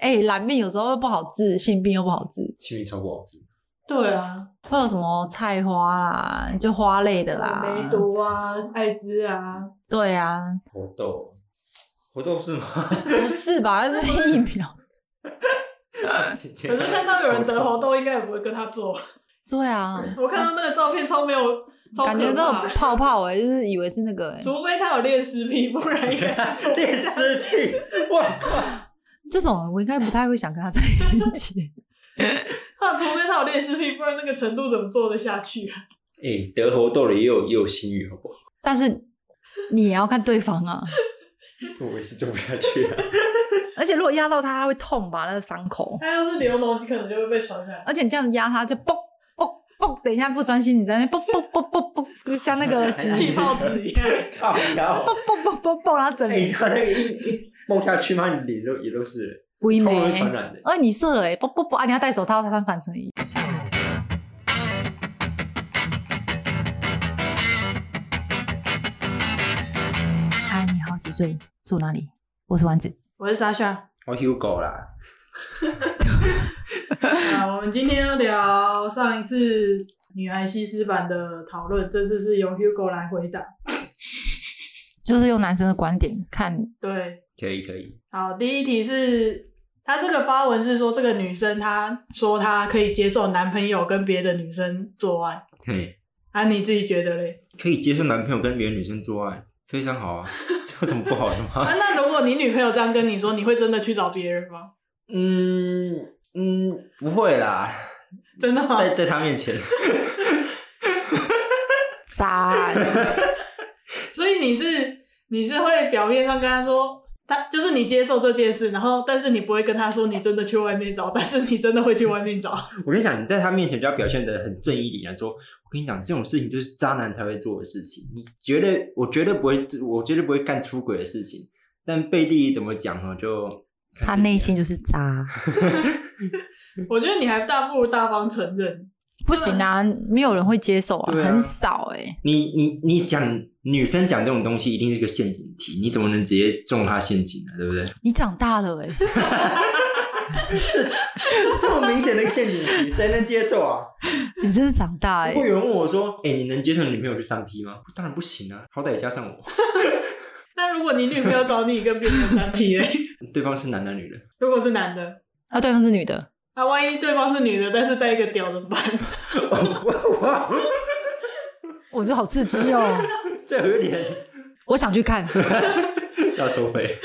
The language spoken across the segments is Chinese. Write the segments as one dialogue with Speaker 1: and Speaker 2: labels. Speaker 1: 哎、懒面有时候又不好治，性病又不好治。
Speaker 2: 幸运超过好吃。
Speaker 3: 对啊，
Speaker 1: 会有什么菜花啦，就花类的啦，
Speaker 3: 梅毒啊，艾滋啊，
Speaker 1: 对啊，
Speaker 2: 活动，活动是吗？
Speaker 1: 不是吧？这是疫苗。
Speaker 3: 可
Speaker 2: 可
Speaker 3: 是看到有人得，猴痘，应该也不会跟他做。
Speaker 1: 对啊，
Speaker 3: 我看到那个照片超没有，超
Speaker 1: 感觉
Speaker 3: 可
Speaker 1: 这种
Speaker 3: 怕
Speaker 1: 泡泡哎、就是以为是那个哎、
Speaker 3: 除非他有恋尸癖，不然应该他做不
Speaker 2: 电
Speaker 3: 下
Speaker 2: 视屁，哇靠！
Speaker 1: 这种我应该不太会想跟他在一起。
Speaker 3: 他除非他有恋尸癖，不然那个程度怎么做得下去啊？
Speaker 2: 哎、得活动了也有也有性欲，好不好？
Speaker 1: 但是你也要看对方啊，
Speaker 2: 我也是做不下去了、
Speaker 1: 而且如果压到他，他会痛吧？那个伤口，
Speaker 3: 他要是流脓，你可能就会被传 染。
Speaker 1: 而且你这样压他就嘣嘣嘣，等一下不专心，你在那边嘣嘣嘣嘣嘣，就像那个纸
Speaker 3: 气泡纸一样，
Speaker 2: 靠腰！
Speaker 1: 嘣嘣嘣嘣嘣，然后整
Speaker 2: 哎、
Speaker 1: 个
Speaker 2: 他那个一一摸下去嘛，你脸都也都是，
Speaker 1: 龟
Speaker 2: 超容易
Speaker 1: 眉。
Speaker 2: 传染的。
Speaker 1: 哦，你射了哎、欸，不不不啊！你要戴手套才穿反衬衣。嗨，你好，几岁？住哪里？ 我是丸子。
Speaker 3: 我是沙夏。
Speaker 2: 我 Hugo 啦，
Speaker 3: 好，我们今天要聊上一次女孩西施版的讨论，这次是由 Hugo 来回答。
Speaker 1: 就是用男生的观点看，
Speaker 3: 对，
Speaker 2: 可以可以，
Speaker 3: 好，第一题是她这个发文是说，这个女生她说她可以接受男朋友跟别的女生做爱，
Speaker 2: 嘿，
Speaker 3: 啊，你自己觉得嘞？
Speaker 2: 可以接受男朋友跟别的女生做爱，非常好啊，这有什么不好的吗
Speaker 3: 啊，？那如果你女朋友这样跟你说，你会真的去找别人吗？
Speaker 2: 嗯嗯，不会啦，
Speaker 3: 真的吗？
Speaker 2: 在在他面前，
Speaker 1: 渣 欸
Speaker 3: 所以你是你是会表面上跟她说。她就是你接受这件事，然后但是你不会跟她说你真的去外面找，但是你真的会去外面找。
Speaker 2: 我跟你讲，你在他面前就要表现的很正义凛然，说，我跟你讲，这种事情就是渣男才会做的事情，你绝对，我绝对不会，我绝对不会干出轨的事情。但背地怎么讲呢？就
Speaker 1: 他内心就是渣。
Speaker 3: 我觉得你还大不如大方承认。
Speaker 1: 不行啊，没有人会接受啊，
Speaker 2: 对啊
Speaker 1: 很少哎、
Speaker 2: 你你你讲女生讲这种东西，一定是个陷阱题，你怎么能直接中她陷阱呢、对 不对？
Speaker 1: 你长大了哎、
Speaker 2: 这这这么明显的一个陷阱题，谁能接受啊？
Speaker 1: 你真是长大哎、
Speaker 2: 会有人问我说：“哎、你能接受你女朋友去上 P 吗？”当然不行啊，好歹也加上我。
Speaker 3: 那如果你女朋友找你跟别人三 P 嘞，
Speaker 2: 对方是男的女 的，
Speaker 3: 如果是男的，
Speaker 1: 啊，对方是女的，
Speaker 3: 那、啊万一对方是女的，但是带一个屌怎么办？
Speaker 1: 我觉得好刺激哦，
Speaker 2: 这有点
Speaker 1: 我想去看。
Speaker 2: 要收费。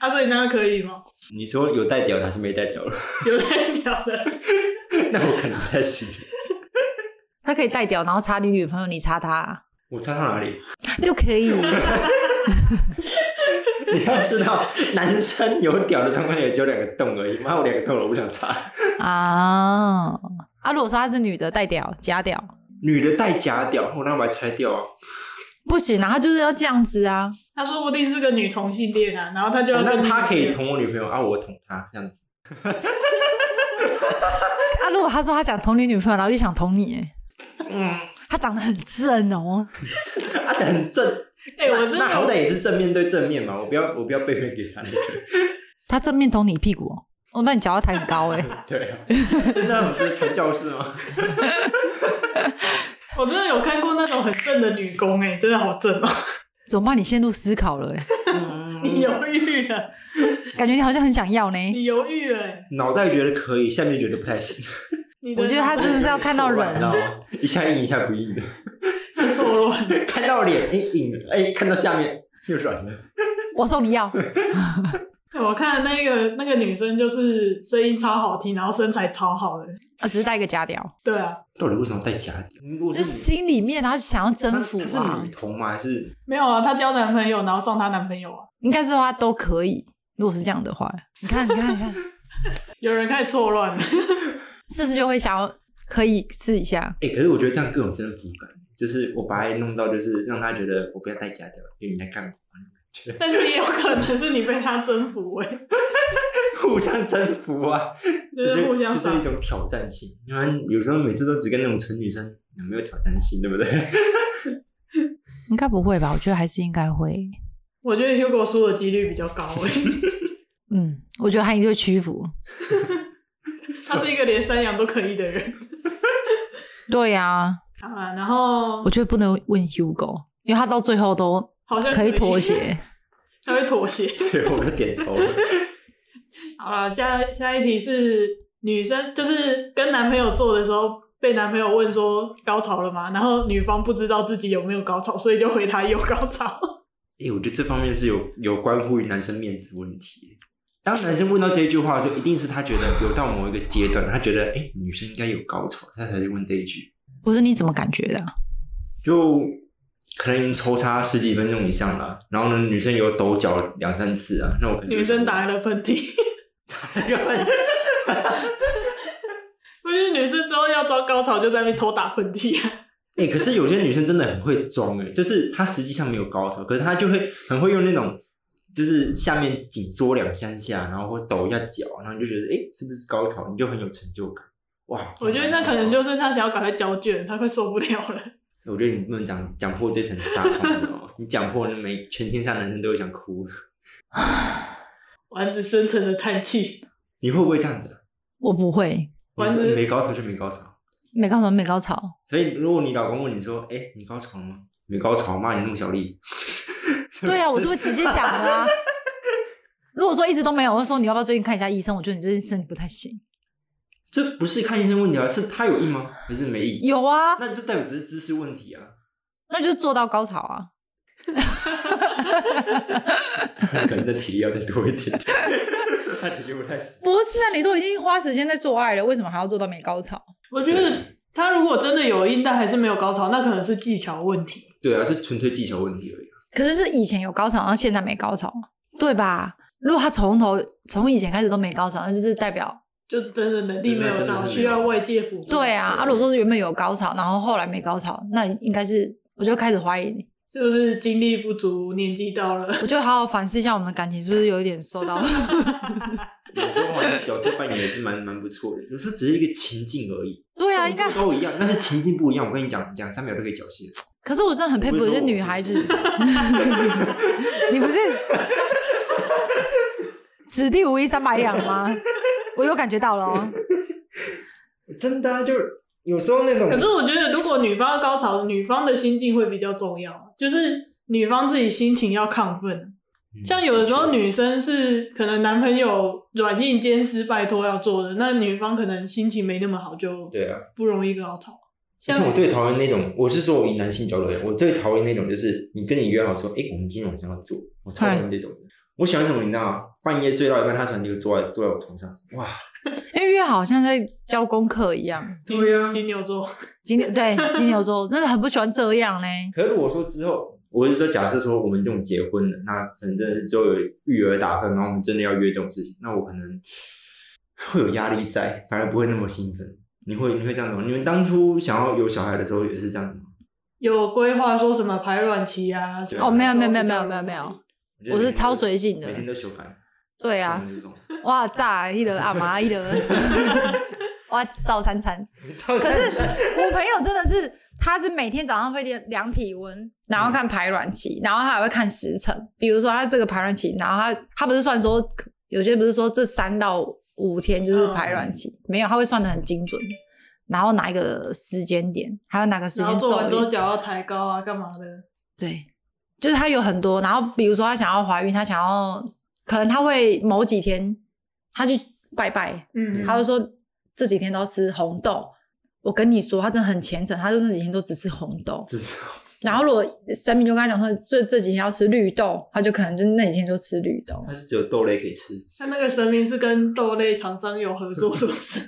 Speaker 3: 啊，所以那样可以吗？
Speaker 2: 你说有带屌的还 是没带屌了？
Speaker 3: 有带屌的，
Speaker 2: 那我可能不太行。
Speaker 1: 他可以带屌，然后插你女朋友，你插他、啊
Speaker 2: 我插到哪里？
Speaker 1: 就可以。
Speaker 2: 你要知道，男生有屌的状况下也只有两个洞而已。妈，我两个洞了，我不想插。
Speaker 1: 啊啊！如果说她是女的，带屌假屌
Speaker 2: 女的带假屌，我那我把它拆掉啊。
Speaker 1: 不行啊，她就是要这样子啊。
Speaker 3: 他说不定是个女同性恋啊，然后他就要
Speaker 2: 哦
Speaker 3: 跟
Speaker 2: 那
Speaker 3: 你
Speaker 2: 他可以捅我女朋友啊，我捅他这样子。
Speaker 1: 啊，如果她说她想捅你女朋友，然后就想捅你、欸，
Speaker 2: 嗯，
Speaker 1: 她长得很正哦。
Speaker 2: 啊，很正。
Speaker 3: 哎、我真的
Speaker 2: 那好歹也是正面对正面嘛，我不要我不要背面给他那个。
Speaker 1: 她正面捅你屁股哦，哦那你脚要抬很高哎、
Speaker 2: 对啊，那我们这是传教士吗？
Speaker 3: 我真的有看过那种很正的女工、哎，真的好正哦、
Speaker 1: 怎么办？你陷入思考了、欸，
Speaker 3: 你犹豫了，
Speaker 1: 感觉你好像很想要呢。
Speaker 3: 你犹豫了、哎
Speaker 2: 脑袋觉得可以，下面觉得不太行。
Speaker 3: 你的
Speaker 1: 我觉得她真的是要看到
Speaker 2: 你知
Speaker 1: 人
Speaker 2: 道，吗？一下硬一下不硬的，
Speaker 3: 错乱，
Speaker 2: 看到脸哎硬了，哎看到下面就软了。
Speaker 1: 我送你 药。
Speaker 3: 哎 我看那个那个女生就是声音超好听，然后身材超好的，
Speaker 1: 啊，只是带一个假屌，
Speaker 3: 对啊，
Speaker 2: 到底为什么带假屌？嗯如果
Speaker 1: 就是
Speaker 2: 是
Speaker 1: 心里面，然后想要
Speaker 2: 女
Speaker 1: 征服
Speaker 2: 她她
Speaker 1: 啊
Speaker 2: 是女，同吗？还是
Speaker 3: 没有啊，她交男朋友然后送她男朋友啊，
Speaker 1: 应该是说她都可以。如果是这样的话，你看，你 看，你看，
Speaker 3: 有人开始错乱了，
Speaker 1: 是不是就会想要可以试一下？
Speaker 2: 哎、可是我觉得这样更有征服感，就是我把它弄到，就是让他觉得我不要带假屌，因为你在干嘛？
Speaker 3: 但是也有可能是你被她征服、哎，
Speaker 2: 互相征服啊！
Speaker 3: 就
Speaker 2: 就是是
Speaker 3: 互相
Speaker 2: 就是
Speaker 3: 赏
Speaker 2: 一种挑战性，因为有时候每次都只跟那种纯女生，没有挑战性，对不对？
Speaker 1: 应该不会吧？我觉得还是应该会。
Speaker 3: 我觉得 Hugo 输的几率比较高、哎，
Speaker 1: 嗯，我觉得他一定会屈服。
Speaker 3: 他是一个连山羊都可以的人。
Speaker 1: 对呀、
Speaker 3: 好啦，然后
Speaker 1: 我觉得不能问 Hugo，因为他到最后都
Speaker 3: 好像
Speaker 1: 可以
Speaker 3: 以
Speaker 1: 妥，协。
Speaker 3: 他会妥协。
Speaker 2: 对，我就点头 了。
Speaker 3: 好了，下下一题是女生，就是跟男朋友做的时候，被男朋友问说高潮了吗？然后女方不知道自己有没有高潮，所以就回答有高潮。
Speaker 2: 哎、我觉得这方面是有有关乎于男生面子问题。当男生问到这一句话的时候，一定是他觉得有到某一个阶段，他觉得哎、诶女生应该有高潮，他才去问这一句。
Speaker 1: 不是你怎么感觉的啊、
Speaker 2: 就可能抽插十几分钟以上啦，然后呢，女生有抖脚两三次啊，那我可能就
Speaker 3: 女生打了喷嚏，
Speaker 2: 一个半
Speaker 3: 我觉得女生之后要装高潮就在那边偷打喷嚏啊。
Speaker 2: 哎、可是有些女生真的很会装哎、就是她实际上没有高潮，可是她就会很会用那种，就是下面紧缩两三下，然后或抖一下脚，然后你就觉得哎、诶是不是高潮？你就很有成就感。哇！
Speaker 3: 我觉得那可能就是她想要赶快交卷，她快受不了了。
Speaker 2: 我觉得你不能讲讲破这层纱窗，你知道吗？你讲破了，每全天下男生都会想哭。
Speaker 3: 丸子深沉的叹气，
Speaker 2: 你会不会这样子啊？
Speaker 1: 我不会，
Speaker 2: 我
Speaker 3: 完全
Speaker 2: 是没高潮就没高潮，
Speaker 1: 没高潮没高潮，
Speaker 2: 所以如果你老公问你说：“哎、你高潮了吗？”没高潮，骂你那么小力。
Speaker 1: 对啊，我是会直接讲的 啊。如果说一直都没有，我会说你要不要最近看一下医生？我觉得你最近身体不太行。
Speaker 2: 这不是看医生问题啊，是他有意吗？还是没意？
Speaker 1: 有啊，
Speaker 2: 那就代表只是知识问题啊。
Speaker 1: 那就是做到高潮啊。
Speaker 2: 可能的体力要再多一点点， 他体力不太行。
Speaker 1: 不是啊，你都已经花时间在做爱了，为什么还要做到没高潮？
Speaker 3: 我觉得她如果真的有硬但还是没有高潮，那可能是技巧问题。
Speaker 2: 对啊，这纯粹技巧问题而已。
Speaker 1: 可是是以前有高潮，然后现在没高潮，对吧？如果他从头从以前开始都没高潮，那就是代表
Speaker 3: 就真的能力没有
Speaker 2: 真的真的是
Speaker 3: 到，
Speaker 2: 没有
Speaker 3: 需要外界辅助。
Speaker 1: 对啊。啊，如果说是原本有高潮，然后后来没高潮，那应该是我就开始怀疑你，
Speaker 3: 就是精力不足，年纪到了，
Speaker 1: 我就好好反思一下我们的感情是不是有一点受到
Speaker 2: 啊有时候好像角色扮演也是蛮蛮不错的，有时候只是一个情境而已。
Speaker 1: 对啊，应该。
Speaker 2: 都一样，但是情境不一样。我跟你讲，两三秒都可以缴械。
Speaker 1: 可是我真的很佩服有些女孩子， 你不是此地无银三百两吗？我有感觉到了哦。
Speaker 2: 真的、啊，就有时候那种
Speaker 3: 可是我觉得如果女方要高潮，女方的心境会比较重要，就是女方自己心情要亢
Speaker 2: 嗯
Speaker 3: 奋。像有的时候，女生是可能男朋友软硬兼施拜托要做的，那女方可能心情没那么好，就
Speaker 2: 对啊，
Speaker 3: 不容易高潮。
Speaker 2: 像我最讨厌那种，我是说我以男性角度而言，我最讨厌那种就是你跟你约好说，哎、我们今天晚上要做，我超讨厌这种的。我喜欢什么，你知道吗？半夜睡到一半，他突然就坐在坐在我床上，哇，
Speaker 1: 因为约好像在交功课一样。
Speaker 3: 金
Speaker 2: 对啊
Speaker 3: 金牛座，
Speaker 1: 金牛对金牛座真的很不喜欢这样呢。
Speaker 2: 可是如果说之后，我是说，假设说我们这种结婚了，那可能真的是之后有育儿打算，然后我们真的要约这种事情，那我可能会有压力在，反而不会那么兴奋。你会你会这样子吗？你们当初想要有小孩的时候也是这样子吗？
Speaker 3: 有规划说什么排卵期啊？
Speaker 2: 对
Speaker 1: 哦，没有没有没有没有没有没有，
Speaker 2: 觉得
Speaker 1: 我
Speaker 2: 每
Speaker 1: 是
Speaker 2: 天都
Speaker 1: 超随性的
Speaker 2: 每。天都修改。
Speaker 1: 对啊
Speaker 2: 真，的是这种，
Speaker 1: 哇炸一德阿妈一 德，哇赵三餐。可
Speaker 2: 可
Speaker 1: 是我朋友真的是，他是每天早上会量量体温，然后看排卵期，然后他还会看时辰。比如说他这个排卵期，然后他他不是算说有些不是说这三到五天就是排卵期，
Speaker 3: 嗯
Speaker 1: 没有他会算的很精准，然后哪一个时间点，还有哪个时
Speaker 3: 然后
Speaker 1: 间
Speaker 3: 做
Speaker 1: 受
Speaker 3: 完之后
Speaker 1: 孕。
Speaker 3: 脚要抬高啊，干嘛的？
Speaker 1: 对，就是他有很多，然后比如说他想要怀孕，他想要可能他会某几天他去拜拜，
Speaker 3: 嗯，
Speaker 1: 他就说这几天都吃红豆。我跟你说，他真的很虔诚，他就那几天都只吃红豆。
Speaker 2: 只是
Speaker 1: 然后如果神明就跟他讲说，这这几天要吃绿豆，他就可能就那几天就吃绿豆
Speaker 2: 它。是只有豆类可以吃，
Speaker 3: 他那个神明是跟豆类厂商有合作，是不 是？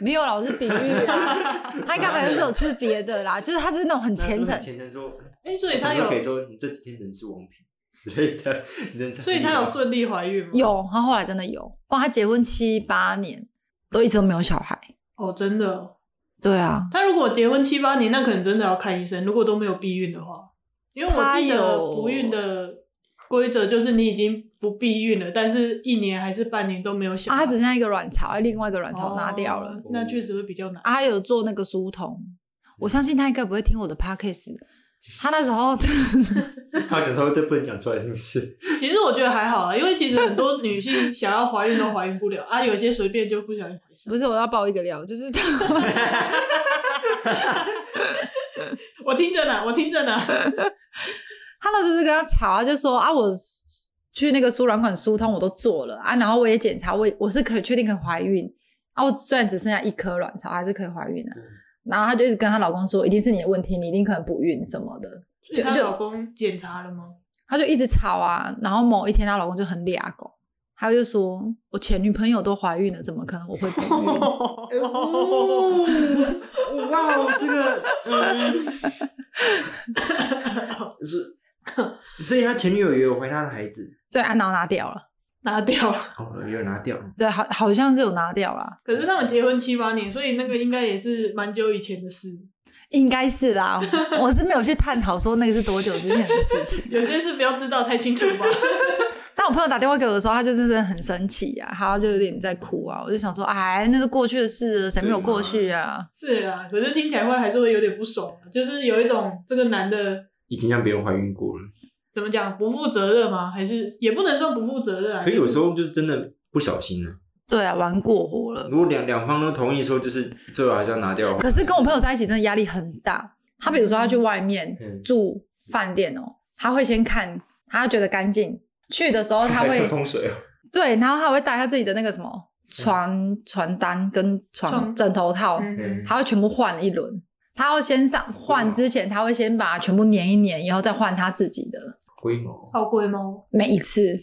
Speaker 1: 没有啦，我是比喻啊啦， 他应该还是有吃别的啦，就是他是那种很虔诚。
Speaker 2: 虔诚说，
Speaker 3: 哎、所以
Speaker 2: 什
Speaker 3: 他
Speaker 2: 么
Speaker 3: 有
Speaker 2: 都可，以说你这几天只能吃王品之类的，你能吃
Speaker 3: 所以他有顺利怀孕吗？
Speaker 1: 有，他后来真的有，哇，他结婚七八年都一直都没有小孩。
Speaker 3: 哦，真的哦。
Speaker 1: 对啊，
Speaker 3: 他如果结婚七八年，那可能真的要看医生。如果都没有避孕的话，因为我
Speaker 1: 他
Speaker 3: 记得
Speaker 1: 有
Speaker 3: 不孕的规则就是你已经不避孕了，但是一年还是半年都没有小
Speaker 1: 啊，
Speaker 3: 孩，
Speaker 1: 他只剩下一个卵巢，另外一个卵巢拿掉了。
Speaker 3: 哦
Speaker 2: 哦
Speaker 3: 那确实会比较难。
Speaker 1: 啊，他有做那个疏通，我相信他应该不会听我的 podcast，他那时候
Speaker 2: 他讲说这不能讲出来，是不是？
Speaker 3: 其实我觉得还好啊，因为其实很多女性想要怀孕都怀孕不了啊，有些随便就不小心怀上。
Speaker 1: 不是我要爆一个料，就是他
Speaker 3: 我听着呢，我听着呢。
Speaker 1: 他那时候是跟他吵啊，就说啊，我去那个输卵管疏通我都做了啊，然后我也检查，我也我是可以确定可以怀孕啊，我虽然只剩下一颗卵巢，还是可以怀孕的、啊
Speaker 2: 嗯
Speaker 1: 然后她就一直跟她老公说，一定是你的问题，你一定可能不孕什么的。
Speaker 3: 所以她
Speaker 1: 就
Speaker 3: 老公检查了吗？
Speaker 1: 她就一直吵啊，然后某一天她老公就很俩狗，他就说我前女朋友都怀孕了，怎么可能我会不 孕？
Speaker 2: 哦，哇哦，这个， 嗯，是，所以他前女友也有怀他的孩子，
Speaker 1: 对，啊，然后拿掉了，
Speaker 3: 拿掉了。
Speaker 2: 哦，也有拿掉，
Speaker 1: 对，好好像是有拿掉啦，
Speaker 3: 可是他们结婚七八年，所以那个应该也是蛮久以前的 事。
Speaker 1: 应该是啦，我是没有去探讨说那个是多久之前的事情。
Speaker 3: 有些事不要知道太清楚 吧。
Speaker 1: 但我朋友打电话给我的时候，他就真的很生气啊，他就有点在哭啊。我就想说，哎，那是过去的事了，谁没有过去啊？
Speaker 3: 是啦，可是听起来会还是会有点不爽啊，就是有一种这个男的
Speaker 2: 已经让别人怀孕过了。
Speaker 3: 怎么讲不负责任吗？还是也不能算不负责任啊。
Speaker 2: 可有时
Speaker 3: 候
Speaker 2: 候就是真的不小心了。
Speaker 1: 对啊，玩过火了。
Speaker 2: 如果两两方都同意说，就是最后还是要拿掉。
Speaker 1: 可是跟我朋友在一起真的压力很大。他比如说他去外面
Speaker 2: 嗯
Speaker 1: 住饭店哦，他会先看，他觉得干净。去的时候他会
Speaker 2: 风水哦，
Speaker 1: 对，然后他会带他自己的那个什么床床单跟床
Speaker 3: 床
Speaker 1: 枕头套，
Speaker 3: 嗯
Speaker 1: 他会全部换一轮。他要先上换之前，他会先把它全部粘一粘，以后再换他自己的。
Speaker 2: 龟毛。
Speaker 3: 好贵吗？
Speaker 1: 每一次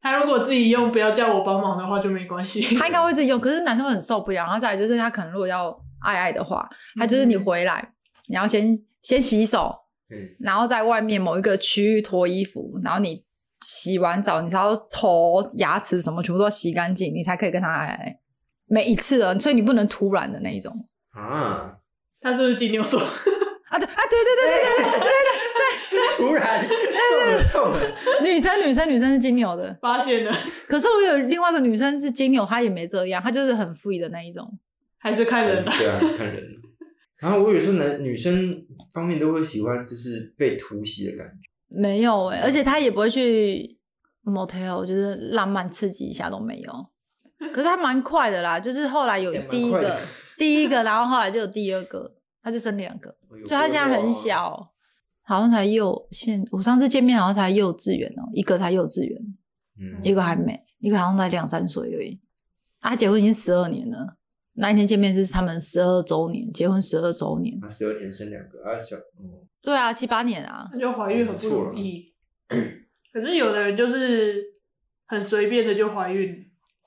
Speaker 3: 他如果自己用，不要叫我帮忙的话就没关系。
Speaker 1: 他应该会自己用，可是男生会很受不了。然后再来就是他可能如果要爱爱的话，他
Speaker 3: 嗯
Speaker 1: 就是你回来，你要先先洗手，
Speaker 2: 嗯，
Speaker 1: 然后在外面某一个区域脱衣服，然后你洗完澡，你才要头、牙齿什么全部都洗干净，你才可以跟他爱爱。每一次的，所以你不能突然的那一种
Speaker 2: 啊！
Speaker 3: 他是不是金牛座？
Speaker 1: 啊！对啊，对对对对
Speaker 2: 突
Speaker 1: 哎
Speaker 2: 然中了中了，
Speaker 1: 对，女生女生女生是金牛的，
Speaker 3: 发现了，
Speaker 1: 可是我有另外一个女生是金牛，她也没这样，她就是很 free 的那一种。
Speaker 3: 还是看人吧。
Speaker 2: 对啊，是看人。然后我有时候男女生方面都会喜欢，就是被突袭的感觉。
Speaker 1: 没有哎、而且他也不会去 motel，就是浪漫刺激一下都没有。可是他蛮快的啦，就是后来有
Speaker 2: 也蛮
Speaker 1: 第一
Speaker 2: 快的
Speaker 1: 个，第一个，然后后来就有第二个，他就生两个，
Speaker 2: 所
Speaker 1: 所以他现在
Speaker 2: 啊
Speaker 1: 很，小，好像才幼现。我上次见面好像才幼稚园哦、一个才幼稚园，
Speaker 2: 嗯，
Speaker 1: 一个还没，一个好像才两三岁而已。啊他结婚已经十二年了，那一天见面是他们十二周年，结婚十二周年。
Speaker 2: 他十二年生两个啊，小哦，
Speaker 1: 对啊，七八年啊，
Speaker 3: 那就怀孕很不容易。 可是有的人就是很随便的就怀孕，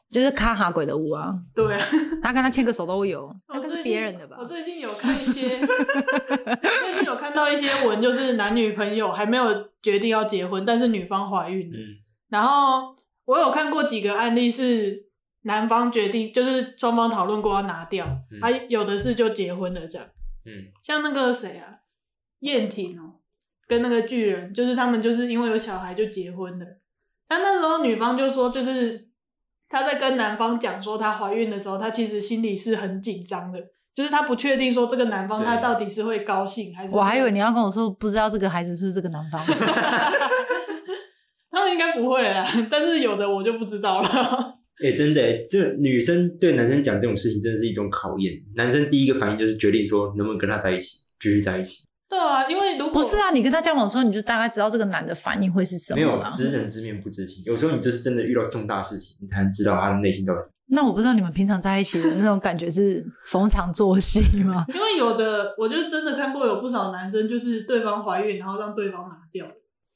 Speaker 1: 就是卡哈鬼的屋啊，
Speaker 3: 对啊。
Speaker 1: 他跟他牵个手都有，那
Speaker 3: 我
Speaker 1: 个
Speaker 3: 最
Speaker 1: 是
Speaker 3: 近
Speaker 1: 别人的吧
Speaker 3: 我？最近有看一些，我最近有看到一些文，就是男女朋友还没有决定要结婚，但是女方怀孕了。
Speaker 2: 嗯，
Speaker 3: 然后我有看过几个案例是男方决定，就是双方讨论过要拿掉，
Speaker 2: 嗯
Speaker 3: 还、有的是就结婚了这样。
Speaker 2: 嗯，
Speaker 3: 像那个谁啊，燕婷哦，跟那个巨人，就是他们就是因为有小孩就结婚了。但那时候女方就说，就是她在跟男方讲说她怀孕的时候，她其实心里是很紧张的，就是她不确定说这个男方
Speaker 2: 对
Speaker 3: 他到底是会高兴还是
Speaker 1: 我还以为你要跟我说不知道这个孩子是不是这个男方，
Speaker 3: 他们应该不会啦，但是有的我就不知道了。
Speaker 2: 哎、真的、欸，这女生对男生讲这种事情，真的是一种考验。男生第一个反应就是决定说能不能跟他在一起，继续在一起。
Speaker 3: 对啊，因为如果？
Speaker 1: 不是啊？你跟他交往的时候，你就大概知道这个男的反应会是什
Speaker 2: 没
Speaker 1: 么啊
Speaker 2: 有
Speaker 1: 啦。
Speaker 2: 知人知面不知心，有时候你就是真的遇到重大事情，你才能知道他的内心到底。
Speaker 1: 那我不知道你们平常在一起的那种感觉是逢场作戏吗
Speaker 3: 因为有的，我就真的看过有不少男生就是对方怀孕，然后让对方拿掉。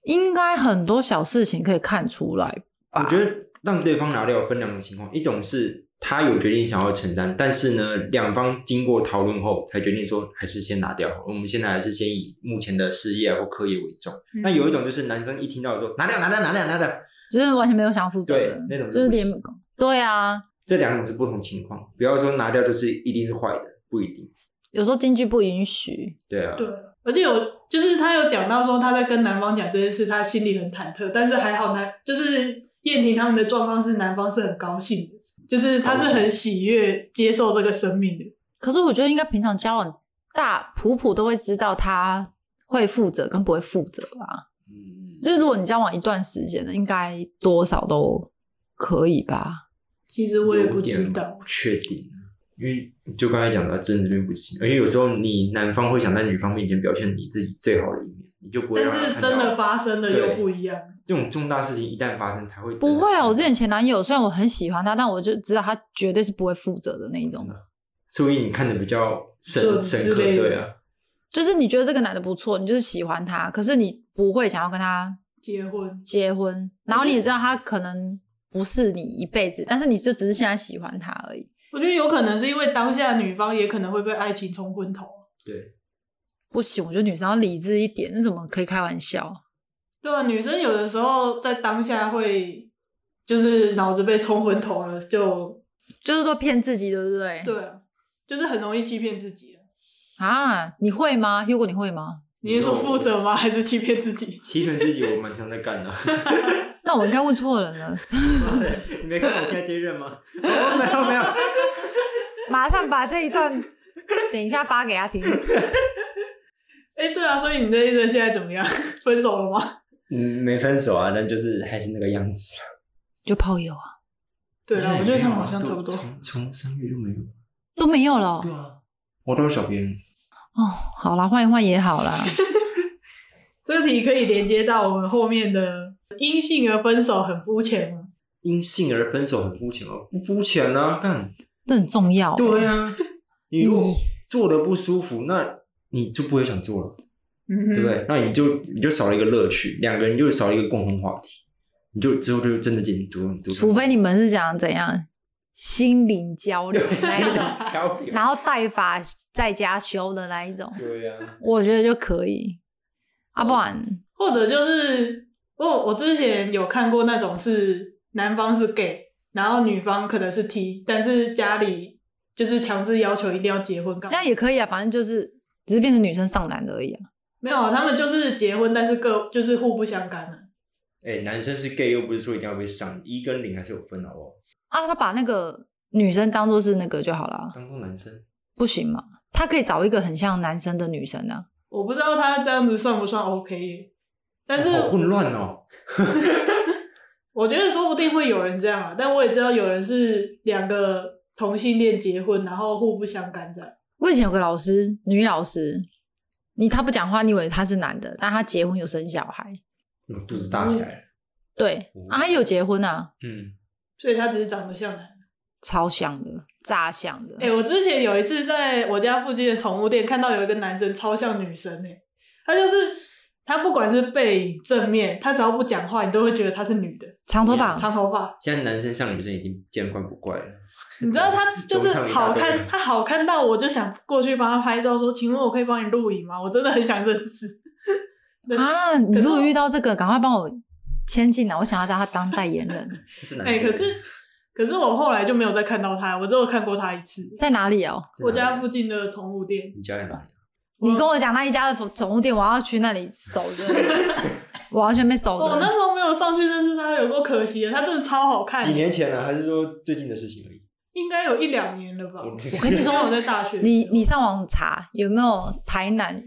Speaker 1: 应该很多小事情可以看出来吧？
Speaker 2: 我觉得让对方拿掉分两种情况，一种是他有决定想要承担，但是呢，两方经过讨论后才决定说还是先拿掉好了。我们现在还是先以目前的事业或课业为重。那有一种就是男生一听到说拿掉拿掉拿掉拿掉，
Speaker 1: 就是完全没有想负责任，
Speaker 2: 对那种
Speaker 1: 就是
Speaker 2: 就不
Speaker 1: 连
Speaker 2: 行
Speaker 1: 对啊，
Speaker 2: 这两种是不同情况，不要说拿掉就是一定是坏的，不一定。
Speaker 1: 有时候经济不允许，
Speaker 2: 对啊，
Speaker 3: 对，而且有就是他有讲到说他在跟男方讲这件事，他心里很忐忑，但是还好男就是燕婷他们的状况是男方是很高兴的，就是他是很喜悦接受这个生命的。
Speaker 1: 可是我觉得应该平常交往大普普都会知道他会负责跟不会负责吧。
Speaker 2: 嗯，
Speaker 1: 就是如果你交往一段时间的，应该多少都可以吧。
Speaker 3: 其实我也不知道，
Speaker 2: 确定，啊因为就刚才讲的，真的这边不行，而且有时候你男方会想在女方面前表现你自己最好的一面，你就不会
Speaker 3: 但
Speaker 2: 让他看
Speaker 3: 是
Speaker 2: 到。
Speaker 3: 真的发生的又不一样。
Speaker 2: 这种重大事情一旦发生才会真的
Speaker 1: 不会啊，我之
Speaker 2: 看到
Speaker 1: 前前男友虽然我很喜欢他，但我就知道他绝对是不会负责的那一种。
Speaker 2: 所以你看的比较深
Speaker 3: 就
Speaker 2: 深
Speaker 3: 之
Speaker 2: 刻，
Speaker 3: 类的
Speaker 2: 对啊，
Speaker 1: 就是你觉得这个男的不错，你就是喜欢他，可是你不会想要跟他
Speaker 3: 结婚，
Speaker 1: 结婚，然后你也知道他可能不是你一辈子，但是你就只是现在喜欢他而已，
Speaker 3: 我觉得有可能是因为当下女方也可能会被爱情冲昏头。
Speaker 2: 对，
Speaker 1: 不行，我觉得女生要理智一点，那怎么可以开玩笑？
Speaker 3: 对啊，女生有的时候在当下会就是脑子被冲昏头了，就
Speaker 1: 就是说骗自己，对不对？
Speaker 3: 对啊，就是很容易欺骗自己了。
Speaker 1: 啊，你会吗？Hugo，你会吗？
Speaker 3: 你是说负责吗？还 是欺骗自己？
Speaker 2: 欺骗自己我蛮常在干 的。
Speaker 1: 那我应该问错人了，
Speaker 2: 你没看到我现在接任吗？哦没有没有，
Speaker 1: 马上把这一 段等一下发给他听。
Speaker 3: 哎、对啊，所以你的意思现在怎么样？ 分手了吗？
Speaker 2: 嗯，没分手啊，但就是还是那个样子。
Speaker 1: 就炮友啊，
Speaker 3: 对
Speaker 2: 哎
Speaker 3: 啊，我觉得他们好像
Speaker 2: 都
Speaker 3: 差不多。
Speaker 2: 从从三月就没有。
Speaker 1: 都没有了哦。
Speaker 2: 啊，我都是小编。
Speaker 1: 哦好啦，换一换也好啦。
Speaker 3: 这个题可以连接到我们后面的因性而分手很肤浅吗？
Speaker 2: 因性而分手很肤浅哦吗？不肤浅啊，干。
Speaker 1: 这很重要。哦
Speaker 2: 对 啊，你如果做的不舒服，那你就不会想做了，
Speaker 3: 嗯哼，
Speaker 2: 对不对？那你就你就少了一个乐趣，两个人就少了一个共同话题，你就之后就真的进主动主动，
Speaker 1: 除非你们是讲怎样心灵交流
Speaker 2: 对
Speaker 1: 那一种，
Speaker 2: 交流
Speaker 1: 然后带法在家修的那一种，
Speaker 2: 对呀、
Speaker 1: 我觉得就可以。啊，不然
Speaker 3: 或者就是我我之前有看过那种是男方是 gay，然后女方可能是 T，但是家里就是强制要求一定要结婚干
Speaker 1: 这
Speaker 3: 嘛
Speaker 1: 样？也可以啊，反正就是只是变成女生上男的而已啊。
Speaker 3: 没有啊，他们就是结婚，但是各就是互不相干的、啊
Speaker 2: 哎、男生是 gay 又不是说一定要被上，一跟零还是有分的哦。
Speaker 1: 啊，他把那个女生当做是那个就好了，啊
Speaker 2: 当做男生，
Speaker 1: 不行吗？他可以找一个很像男生的女生啊。
Speaker 3: 我不知道他这样子算不算 OK，耶但是
Speaker 2: 好混乱哦。
Speaker 3: 我觉得说不定会有人这样啊，但我也知道有人是两个同性恋结婚，然后互不相干这样。
Speaker 1: 我以前有个老师，女老师，你她不讲话，你以为她是男的，但她结婚有生小孩，
Speaker 2: 我肚子大起来了。
Speaker 1: 对
Speaker 2: 哦，
Speaker 1: 啊，她有结婚啊，
Speaker 2: 嗯，
Speaker 3: 所以他只是长得像男的。
Speaker 1: 超像的，炸像的。
Speaker 3: 哎、我之前有一次在我家附近的宠物店看到有一个男生超像女生哎、他就是他不管是背影正面，他只要不讲话，你都会觉得他是女的，
Speaker 1: 长头发，啊
Speaker 3: 长头发。
Speaker 2: 现在男生像女生已经见怪不怪了。
Speaker 3: 你知道他就是好看，他好看到我就想过去帮他拍照，说：“请问我可以帮你录影吗？我真的很想认识。对
Speaker 1: 啊！你
Speaker 3: 可是
Speaker 1: 如果
Speaker 3: 我
Speaker 1: 遇到这个，赶快帮我牵进来，我想要当他当代言人，
Speaker 2: 是男的。
Speaker 3: 哎、可是可是我后来就没有再看到他，我只有看过他一次，
Speaker 1: 在哪里
Speaker 2: 啊
Speaker 1: 哦？
Speaker 3: 我家附近的宠物店。
Speaker 2: 你家在哪里？
Speaker 3: 嗯
Speaker 1: 你跟我讲那一家的宠物店，我要去那里守 着，我要去那边
Speaker 2: 哦
Speaker 1: 守
Speaker 3: 我那
Speaker 1: 着。
Speaker 3: 时候没有上去认识他，有够可惜的。他真的超好看，
Speaker 2: 几年前了、还是说最近的事情而已？
Speaker 3: 应该有一两年了吧。
Speaker 2: 我
Speaker 1: 跟你说
Speaker 3: 我在大学的时候，
Speaker 1: 你你上网查有没有台南，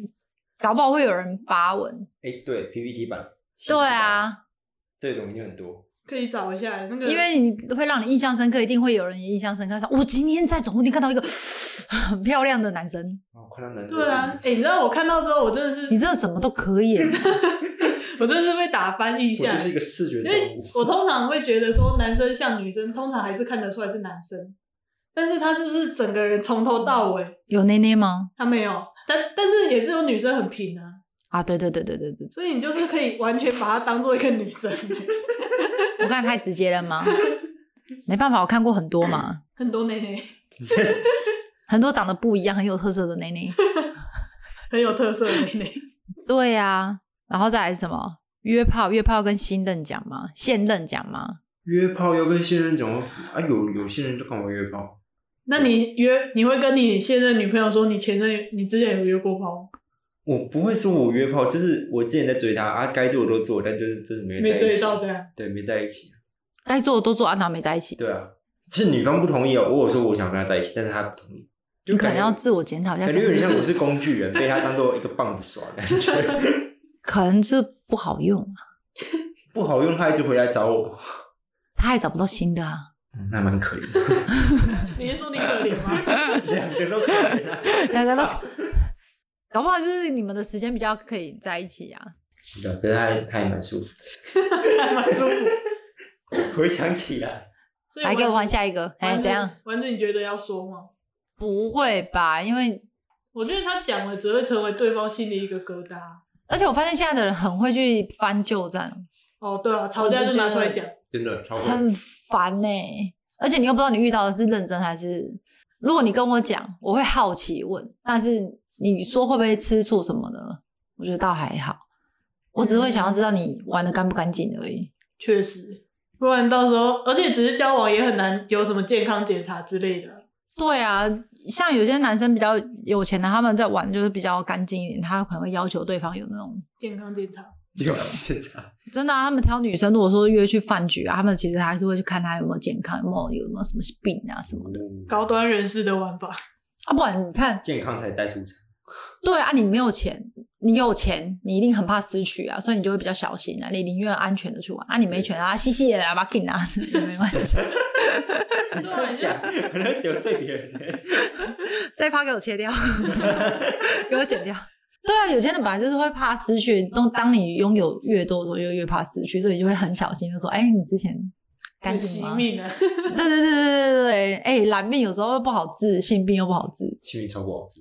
Speaker 1: 搞不好会有人发文。
Speaker 2: 哎、对 PPT 版。
Speaker 1: 对，啊，
Speaker 2: 这种一定很多。
Speaker 3: 可以找一下那个，
Speaker 1: 因为你会让你印象深刻，一定会有人也印象深刻。说，我今天在宠物店看到一个 很漂亮的男生，
Speaker 3: 嗯
Speaker 2: 哦，看到男的。
Speaker 3: 对啊，哎、你知道我看到之后，我真的
Speaker 1: 你
Speaker 3: 是，
Speaker 1: 真的什么都可以。
Speaker 3: 我真的是被打翻一
Speaker 2: 我
Speaker 3: 下，
Speaker 2: 就是一个视觉
Speaker 3: 因为
Speaker 2: 动物。
Speaker 3: 我通常会觉得说男生像女生，通常还是看得出来是男生，但是他就是整个人从头到尾，
Speaker 1: 有内内吗？
Speaker 3: 他没有，但但是也是有女生很平啊，
Speaker 1: 啊，对对对对对对，
Speaker 3: 所以你就是可以完全把他当做一个女生、欸
Speaker 1: 我刚才太直接了吗？没办法，我看过很多嘛，
Speaker 3: 很多内内，
Speaker 1: 很多长得不一样、很有特色的内内。
Speaker 3: 很有特色的内内，
Speaker 1: 对呀、然后再来是什么？约炮，约炮跟新任讲嘛，现任讲嘛。
Speaker 2: 约炮要跟现任讲吗啊，有有些人就干嘛约炮？
Speaker 3: 那你约你会跟你现任女朋友说你前任你之前有约过炮吗？
Speaker 2: 我不会说我约炮，就是我之前在追他啊，该做的都做，但就是就是没
Speaker 3: 没
Speaker 2: 在一
Speaker 3: 追
Speaker 2: 起。
Speaker 3: 到这样，
Speaker 2: 对，没在一起。啊
Speaker 1: 该做的都做，安娜没在一起。
Speaker 2: 对啊，是女方不同意哦。我有说我想跟他在一起，但是他不同意。就
Speaker 1: 你可能
Speaker 2: 觉
Speaker 1: 要自我检讨一下，
Speaker 2: 感觉有点像
Speaker 1: 可
Speaker 2: 我
Speaker 1: 能是
Speaker 2: 是工具人，被他当做一个棒子耍的感 觉，
Speaker 1: 可能是不好用啊，
Speaker 2: 不好用，他一直回来找我，
Speaker 1: 他也找不到新的啊。
Speaker 2: 嗯那蛮可怜的，
Speaker 3: 你是说你可怜吗？
Speaker 2: 两个都可怜啊。
Speaker 1: 两个都，搞不好就是你们的时间比较可以在一起啊。
Speaker 2: 对，可是他他也蛮舒服。
Speaker 3: 还蛮舒服。
Speaker 2: 回想起来，
Speaker 3: 所以
Speaker 1: 来，给我
Speaker 3: 丸
Speaker 1: 换
Speaker 3: 子
Speaker 1: 下一个，哎，
Speaker 3: 丸子
Speaker 1: 怎样？？
Speaker 3: 丸子，你觉得要说吗？
Speaker 1: 不会吧？因为
Speaker 3: 我觉得他讲了只会成为对方心里一个疙瘩。
Speaker 1: 而且我发现现在的人很会去翻旧账，
Speaker 3: 哦，对啊，吵架就拿出来讲。
Speaker 2: 真的超
Speaker 1: 很烦呢、而且你又不知道你遇到的是认真还是……如果你跟我讲，我会好奇问，但是你说会不会吃醋什么的，我觉得倒还好。我只会想要知道你玩的干不干净而已。
Speaker 3: 确实，不然到时候，而且只是交往也很难有什么健康检查之类的。
Speaker 1: 对啊，像有些男生比较有钱的，他们在玩就是比较干净一点，他可能会要求对方有那种
Speaker 3: 健康检查，
Speaker 2: 结果检查，
Speaker 1: 真的、啊，他们挑女生，如果说约去饭局啊，他们其实还是会去看她有没有健康，有没有有没有什么病啊什么的。
Speaker 3: 高端人士的玩 法。
Speaker 1: 啊，不然你看，
Speaker 2: 健康才带出场。
Speaker 1: 对啊，你没有钱，你有钱，你一定很怕失去啊，所以你就会比较小心啊，你宁愿安全的去玩啊，你没钱啊，嘻嘻的啊，把给拿，也没关 系。
Speaker 2: 你这样
Speaker 3: 啊
Speaker 2: 讲， 可能得罪别人嘞。
Speaker 1: 这一趴给我切掉， 给我剪掉。 对啊，有些人本来就是会怕失去，当当你拥有越多的时候，就越怕失去，所以你就会很小心，就说：“哎、你之前干
Speaker 3: 很
Speaker 1: 净
Speaker 3: 惜
Speaker 1: 吗？”
Speaker 3: 命啊！
Speaker 1: 对对对对对对对，哎、懒病有时候不好治，性病又不好治，
Speaker 2: 幸运超不好吃，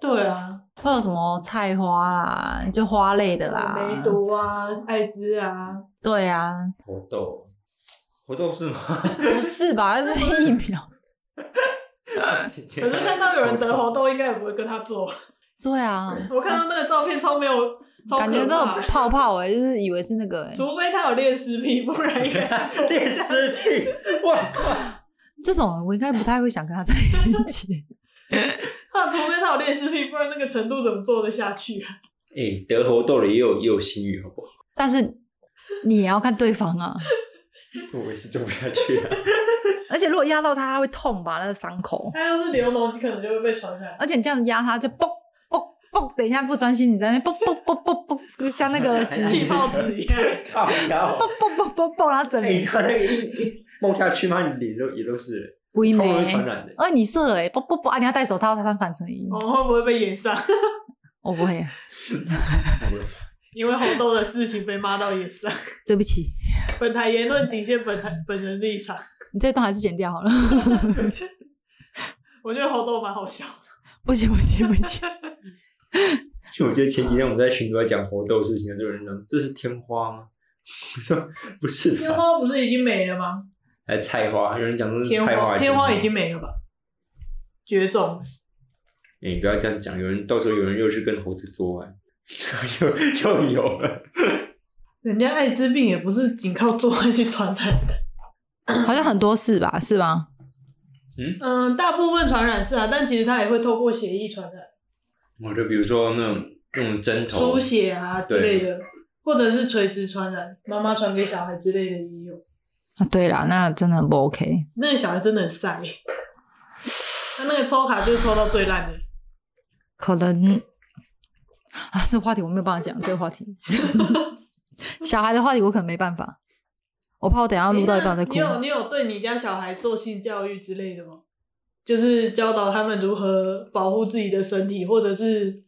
Speaker 3: 对啊，
Speaker 1: 会有什么菜花啦，就花类的啦，
Speaker 3: 梅毒啊，艾滋啊，
Speaker 1: 对啊，
Speaker 2: 活豆，活豆是吗？
Speaker 1: 不是吧？这是疫苗。
Speaker 2: 可
Speaker 3: 可是看到有人得，红豆，应该也不会跟他做。
Speaker 1: 对啊，
Speaker 3: 我看到那个照片超没有，超
Speaker 1: 感觉
Speaker 3: 可
Speaker 1: 那
Speaker 3: 怕
Speaker 1: 种泡泡哎、就是以为是那个哎、
Speaker 3: 除非他有恋尸癖，不然应该 他做不
Speaker 2: 电
Speaker 3: 下去。
Speaker 2: 视剧，哇靠！
Speaker 1: 这种我应该不太会想跟他在一起。
Speaker 3: 那除非他有恋尸癖，不然那个程度怎么做得下去啊？
Speaker 2: 哎，得活豆了也有也有性欲，好不好？
Speaker 1: 但是你也要看对方啊，
Speaker 2: 我也是做不下去啊。
Speaker 1: 而且如果压到他，他会痛吧？那个伤口，
Speaker 3: 他要是流脓，你可能就会被传染。
Speaker 1: 而且你这样压他就嘣嘣嘣，等一下不专心，你在那边嘣嘣嘣嘣嘣，就像那个 纸
Speaker 3: 气泡纸一样，
Speaker 2: 靠腰！
Speaker 1: 嘣嘣嘣嘣，然后整
Speaker 2: 哎，
Speaker 1: 个
Speaker 2: 他那个一一梦下去嘛，你脸都也都是，
Speaker 1: 龟
Speaker 2: 超
Speaker 1: 眉
Speaker 2: 容易传染的。
Speaker 1: 哦，你射了哎、欸，不不不啊！你要戴手套，才算反成音。
Speaker 3: 我们哦会不会被演上？
Speaker 1: 我不会，啊
Speaker 3: 因为红豆的事情被骂到演上。
Speaker 1: 对不起，
Speaker 3: 本台言论仅限本台本人立场。
Speaker 1: 你这段还是剪掉好了。
Speaker 3: 我觉得红豆蛮好笑 的，
Speaker 1: 不行不行不行，
Speaker 2: 就我觉得前几天我们在群组在讲活豆的事情的时候，有人讲这是天花吗？ 我说不是
Speaker 3: 天
Speaker 2: 吧，
Speaker 3: 花不是已经没了吗？
Speaker 2: 还是菜花，有人讲这是
Speaker 3: 天
Speaker 2: 菜花
Speaker 3: 花
Speaker 2: 还是
Speaker 3: 天花
Speaker 2: 花
Speaker 3: 已经没了吧？绝种，
Speaker 2: 哎你不要这样讲，有人到时候有人又去跟猴子做爱，又 又有了，
Speaker 3: 人家艾滋病也不是仅靠做爱去传染的。
Speaker 1: 好像很多事吧？是吗？
Speaker 3: 嗯，大部分传染是啊，但其实它也会透过血液传染，
Speaker 2: 我哦就比如说那种那种针头
Speaker 3: 输，血啊之类的，或者是垂直传染，妈妈传给小孩之类的也有。
Speaker 1: 啊，对啦，那真的很不 OK。
Speaker 3: 那个小孩真的很晒、他那个抽卡就是抽到最烂的。
Speaker 1: 可能啊，这个话题我没有办法讲，这个话题。小孩的话题我可能没办法，我怕我等一下录到一半再哭
Speaker 3: 哎你。有你有对你家小孩做性教育之类的吗？就是教导他们如何保护自己的身体，或者是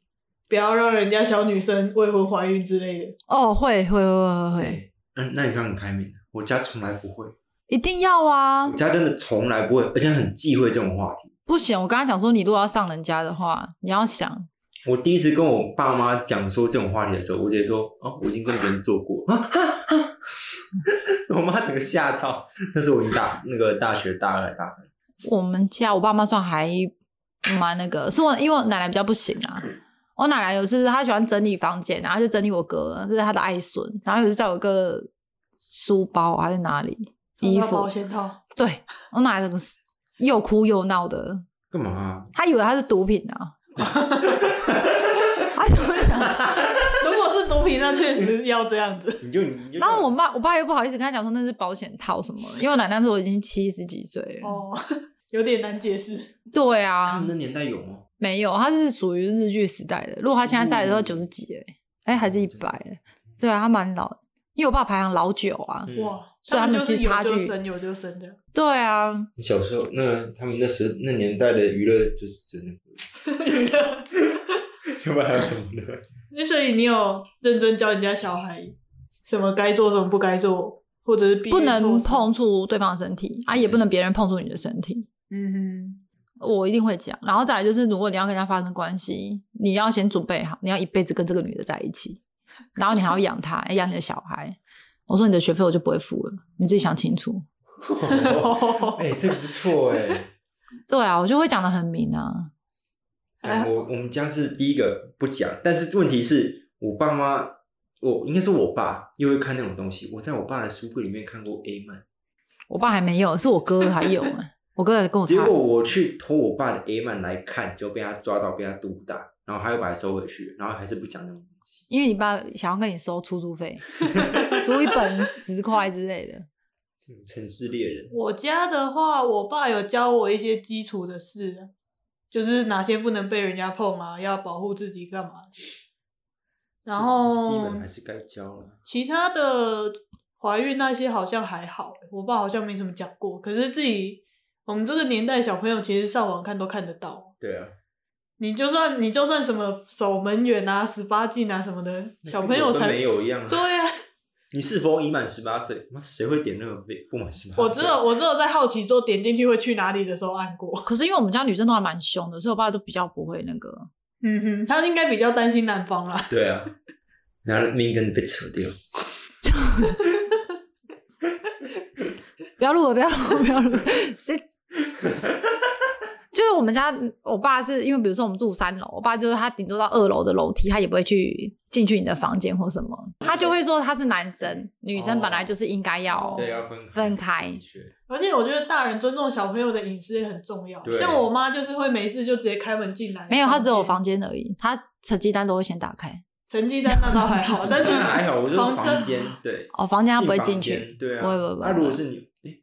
Speaker 3: 不要让人家小女生未婚怀孕之类的。
Speaker 1: 哦，会会会会会，
Speaker 2: 嗯，那你算很开明的，我家从来不会，
Speaker 1: 一定要啊
Speaker 2: 我！家真的从来不会，而且很忌讳这种话题。
Speaker 1: 不行，我刚才讲说，你如果要上人家的话，你要想，
Speaker 2: 我第一次跟我爸妈讲说这种话题的时候，我姐说：“哦，我已经跟别人做过。啊”啊啊 我妈整个吓到。那时候我已经大那个大学大二还大三，
Speaker 1: 我们家我爸妈算还蛮那个，是我因为我奶奶比较不行啊。我奶奶有次她喜欢整理房间，然后就整理我哥，这是她的爱孙。然后有一次在我一个书包还是哪里衣
Speaker 3: 找到
Speaker 1: 服
Speaker 3: 保，险套，
Speaker 1: 对我奶奶整个是又哭又闹的，
Speaker 2: 干嘛啊、
Speaker 1: 她以为她是毒品啊。 她就会想，
Speaker 3: 如果是毒品，那确实要这样子。
Speaker 2: 你就你就
Speaker 1: 然后我妈我爸又不好意思跟她讲说哦那是保险套什么的，因为我奶奶那时候已经七十几岁了。
Speaker 3: 哦，有点难解释。
Speaker 1: 对
Speaker 2: 他
Speaker 1: 啊
Speaker 2: 们，那年代有吗？
Speaker 1: 没有，他是属于日剧时代的。如果他现在在的时候九十几哎，哎、还是一百哎，对啊，他蛮老的，因为我爸排行老九啊。
Speaker 2: 嗯
Speaker 3: 哇，
Speaker 1: 所以他们
Speaker 3: 就是
Speaker 1: 其实
Speaker 3: 有
Speaker 1: 差
Speaker 3: 就
Speaker 1: 距
Speaker 3: 生有就生这样，
Speaker 1: 对啊，
Speaker 2: 小时候，那他们那时那年代的娱乐就是真的，要不然还有什么呢？
Speaker 3: 那所以你有认真教人家小孩什么该做什么不该做，或者是避
Speaker 1: 不
Speaker 3: 免措
Speaker 1: 能
Speaker 3: 施
Speaker 1: 碰。触对方的身体啊，也不能别人碰触你的身体。
Speaker 3: 嗯
Speaker 1: 我一定会讲，然后再来就是，如果你要跟人家发生关系，你要先准备好，你要一辈子跟这个女的在一起，然后你还要养她，养你的小孩。我说你的学费我就不会付了，你自己想清楚。
Speaker 3: 哼，
Speaker 2: 哎、这个不错哎、
Speaker 1: 对啊，我就会讲的很明啊。
Speaker 3: 哎
Speaker 2: 我我们家是第一个不讲，但是问题是我爸妈，我应该说我爸又会看那种东西。我在我爸的书柜里面看过 A 漫，
Speaker 3: 哦
Speaker 1: 我爸还没有，是我哥还有啊，我哥还跟我差
Speaker 2: 结。果我去偷我爸的 A 漫来看，就被他抓到，被他毒打，然后他又把它收回去，然后还是不讲那种东西。
Speaker 1: 因为你爸想要跟你收出租费， 租一本十块之类的。
Speaker 2: 嗯城市猎人，
Speaker 3: 我家的话，我爸有教我一些基础的事啊，就是哪些不能被人家碰啊，要保护自己干嘛的。然
Speaker 2: 这基
Speaker 3: 后
Speaker 2: 本还是该教了。
Speaker 3: 其他的怀孕那些好像还好、我爸好像没什么讲过。可是自己我们这个年代小朋友其实上网看都看得到，
Speaker 2: 对啊，
Speaker 3: 你就算你就算什么守门员啊、十八禁啊什么的，
Speaker 2: 那
Speaker 3: 小
Speaker 2: 跟
Speaker 3: 朋友
Speaker 2: 我都
Speaker 3: 才
Speaker 2: 没有一样啊。
Speaker 3: 对啊。
Speaker 2: 你是否已满十八岁？妈，谁会点那个被不满十八？啊
Speaker 3: 我只有我只有在好奇说点进去会去哪里的时候按过。
Speaker 1: 可是因为我们家女生都还蛮凶的，所以我爸都比较不会那个。
Speaker 3: 嗯哼，他应该比较担心男方啦。
Speaker 2: 对啊，然后命根被扯掉。
Speaker 1: 不要录了，不要录了，不要录了，是。就是我们家，我爸是因为，比如说我们住三楼，我爸就是他顶多到二楼的楼梯，他也不会去进去你的房间或什么，他就会说他是男生，女生本来就是应该要
Speaker 3: 哦
Speaker 2: 对，啊要分
Speaker 1: 分开
Speaker 2: 的确
Speaker 3: 而且我觉得大人尊重小朋友的隐私也很重要。
Speaker 2: 对
Speaker 3: 像我妈就是会没事就直接开门进来。
Speaker 1: 没有，他只有房间而已，他成绩单都会先打开
Speaker 3: 成绩单那倒还 好，但是
Speaker 2: 还好，我哦就是
Speaker 3: 房车
Speaker 2: 房间对，
Speaker 1: 哦，房间他不会
Speaker 2: 进
Speaker 1: 进
Speaker 2: 房间
Speaker 1: 去。
Speaker 2: 对啊，
Speaker 1: 不会不会不会
Speaker 2: 那如果是你，诶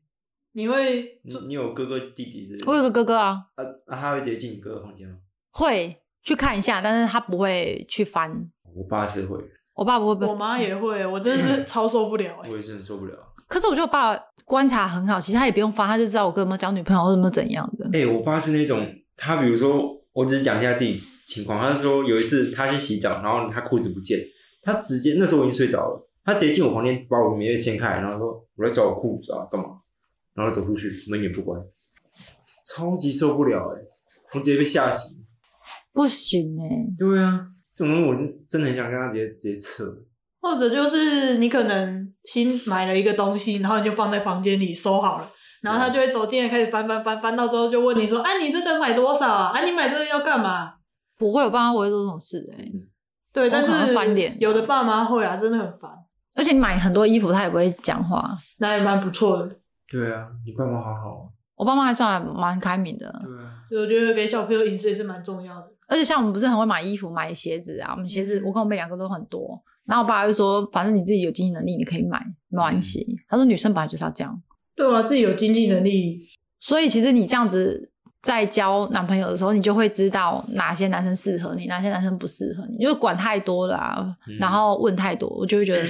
Speaker 3: 你会
Speaker 2: 你你有哥哥弟弟是不是？
Speaker 1: 我有个哥哥啊，
Speaker 2: 啊啊，他会直接进你哥哥房间吗？
Speaker 1: 会去看一下，但是他不会去翻。
Speaker 2: 我爸是会，
Speaker 1: 我爸不会，
Speaker 3: 我妈也会，我真的
Speaker 2: 嗯
Speaker 3: 是超受不了哎、
Speaker 2: 我也是很受不了。
Speaker 1: 可是我觉得我爸观察很好，其实他也不用翻，他就知道我跟有没有交女朋友或者有没有怎样的。
Speaker 2: 哎、我爸是那种，他比如说，我只是讲一下自己情况。他说有一次他去洗澡，然后他裤子不见，他直接那时候我已经睡着了，他直接进我房间把我棉被掀开，然后说我来找我裤子啊，干嘛？然后走出去，门也不关，超级受不了哎、我直接被吓醒。
Speaker 1: 不行哎、
Speaker 2: 对啊，这种东西我真的很想跟他直接直接撤。
Speaker 3: 或者就是你可能新买了一个东西，然后你就放在房间里收好了，然后
Speaker 2: 嗯
Speaker 3: 他就会走进来开始翻翻翻翻到之后就问你说：“哎、你这个买多少啊？哎、你买这个要干嘛
Speaker 1: 不会，我爸妈不会做这种事哎、？”
Speaker 3: 对，
Speaker 1: 我
Speaker 3: 但
Speaker 1: 可能
Speaker 3: 是
Speaker 1: 翻脸
Speaker 3: 有的爸妈会啊，真的很烦，
Speaker 1: 而且你买很多衣服，他也不会讲话。
Speaker 3: 那也蛮不错的。
Speaker 2: 对啊，你爸妈好好
Speaker 1: 我爸妈还算蛮开明的
Speaker 2: 啊。，对啊，
Speaker 3: 所以我觉得给小朋友饮食也是蛮重要的。
Speaker 1: 而且像我们不是很会买衣服、买鞋子啊，我们鞋子
Speaker 3: 嗯
Speaker 1: 我跟我妹两个都很多。然后我爸就说，反正你自己有经济能力，你可以买，没关系。他说女生本来就是要这样，
Speaker 3: 对啊，自己有经济能力，
Speaker 1: 所以其实你这样子在交男朋友的时候，你就会知道哪些男生适合你，哪些男生不适合你。你就管太多了啊，
Speaker 2: 嗯
Speaker 1: 然后问太多，我就会觉得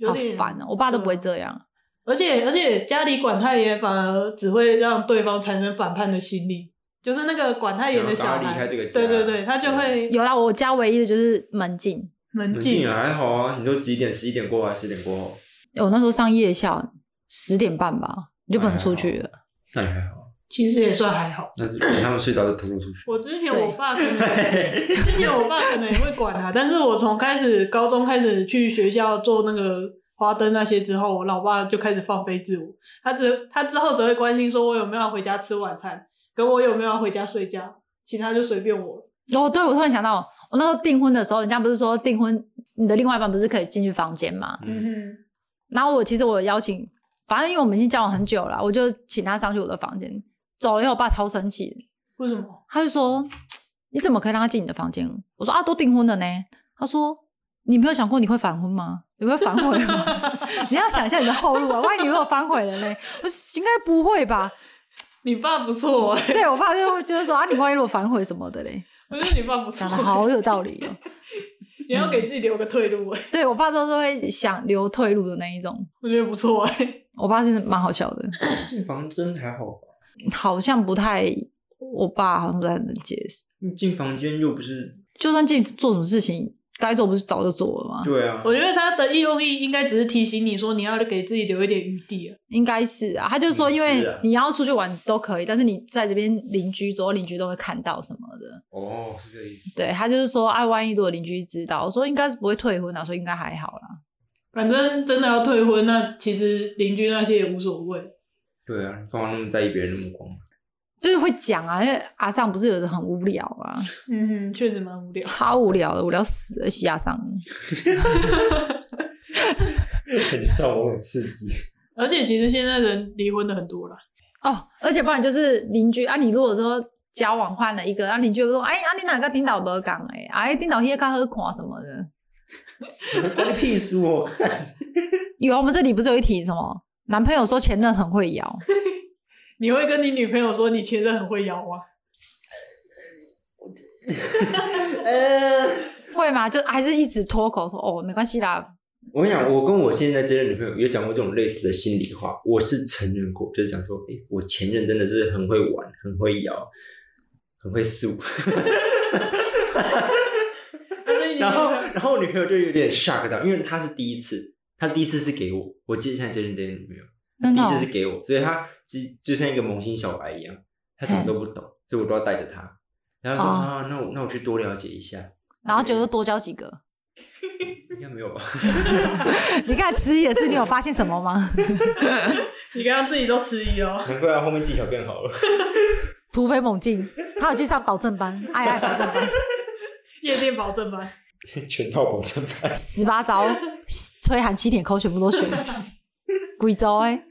Speaker 3: 有
Speaker 1: 好
Speaker 3: 点
Speaker 1: 烦啊。我爸都不会
Speaker 3: 对
Speaker 1: 这
Speaker 3: 啊
Speaker 1: 样，
Speaker 3: 而且而且家里管太严，反而只会让对方产生反叛的心理。就是那个管太严的小
Speaker 2: 想要赶快
Speaker 3: 孩，
Speaker 2: 离开这个家啊
Speaker 3: 对对对，他就会
Speaker 1: 有啦，我家唯一的就是门禁。
Speaker 3: 门
Speaker 2: 门禁也还好啊，你都几点？十一点过后还是十点过后？
Speaker 1: 我那时候上夜校，十点半吧，你就不能出去了。
Speaker 2: 那也还好，
Speaker 3: 其实也算还好。
Speaker 2: 那就等他们睡着就偷偷出去。
Speaker 3: 我之前我爸可 能，之前我爸可能也会管他，但是我从开始高中开始去学校做那个花灯那些之后，我老爸就开始放飞自我，他只他之后只会关心说我有没有要回家吃晚餐，跟我有没有要回家睡觉，其他就随便我了。
Speaker 1: 哦，对，我突然想到，我那时候订婚的时候，人家不是说订婚你的另外一半不是可以进去房间吗？
Speaker 2: 嗯，
Speaker 3: 哼，
Speaker 1: 然后我其实我有邀请，反正因为我们已经交往很久了，我就请他上去我的房间。走了以后，我爸超生气的，
Speaker 3: 为什么？
Speaker 1: 他就说：“你怎么可以让他进你的房间？”我说：“啊，都订婚了呢。”他说：“你没有想过你会反婚吗？你会反悔吗？ 你要想一下你的后路啊，万一你如果反悔了呢？”我说：“应该不会吧。”
Speaker 3: 你爸不错、 欸，
Speaker 1: 对我爸就会觉得说啊，你万一如果反悔什么的嘞，
Speaker 3: 我觉得你爸不错、
Speaker 1: 讲
Speaker 3: 欸
Speaker 1: 的好有道理哦、
Speaker 3: 你要给自己留个退路、欸，
Speaker 1: 对我爸都是会想留退路的那一种，
Speaker 3: 我觉得不错、欸。
Speaker 1: 我爸是蛮好笑的，
Speaker 2: 进房间还好吧？
Speaker 1: 好像不太，我爸好像不太能解释，
Speaker 2: 你进房间又不是
Speaker 1: 就算自己做什么事情，该做不是早就做了吗？
Speaker 2: 对啊，
Speaker 3: 我觉得他的用意应该只是提醒你说，你要给自己留一点余地啊。
Speaker 1: 应该是啊，他就说，
Speaker 2: 嗯
Speaker 1: 因为
Speaker 2: 是啊
Speaker 1: 你要出去玩都可以，但是你在这边邻居左右邻居都会看到什么的。
Speaker 2: 哦，是这个意思。
Speaker 1: 对他就是说，哎、万一如果邻居知道，我说应该是不会退婚啊，我说应该还好啦。
Speaker 3: 反正真的要退婚，那其实邻居那些也无所谓。
Speaker 2: 对啊，你干嘛那么在意别人的 目光？
Speaker 1: 就是会讲啊，因为阿尚不是有的很无聊啊，
Speaker 3: 嗯哼，确实蛮无聊。
Speaker 1: 超无聊的，无聊死了，西阿尚。
Speaker 2: 感觉上我很刺激。
Speaker 3: 而且其实现在人离婚的很多啦，
Speaker 1: 哦，而且不然就是邻居啊，你如果说交往换了一个，然后邻居会说，哎，啊你哪个领导不讲哎，哎领导迄个喝垮什么的。
Speaker 2: 关你屁事哦！
Speaker 1: 有啊，我们这里不是有一题什么？男朋友说前任很会摇，
Speaker 3: 你会跟你女朋友说你前任很会摇啊？
Speaker 2: 呃，
Speaker 1: 会吗？就还是一直脱口说哦，没关系啦。
Speaker 2: 我跟你讲，我跟我现在这任女朋友有讲过这种类似的心里话，我是承认过，就是讲说，哎、我前任真的是很会玩，很会摇，很会素。
Speaker 3: 所以你
Speaker 2: 然后，然后我女朋友就有点 shock 到，因为她是第一次，她第一次是给我，我接下来这任这任女朋友，
Speaker 1: 真
Speaker 2: 第
Speaker 1: 的哦
Speaker 2: 一次是给我，所以她就就像一个萌新小白一样，她什么都不懂，所以我都要带着她。然后说、
Speaker 1: 哦
Speaker 2: 啊，那我那我去多了解一下，
Speaker 1: 然后觉得多交几个。
Speaker 2: 应该没有吧？
Speaker 1: 你看迟疑的是，你有发现什么吗？
Speaker 3: 你刚刚自己都迟疑哦。
Speaker 2: 难怪她后面技巧 变好了。
Speaker 1: 突飞猛进，他有去上保证班，爱爱保证班，
Speaker 3: 夜店保证吧，
Speaker 2: 全套保证版。
Speaker 1: 十八招吹寒七点扣全部都学，贵州哎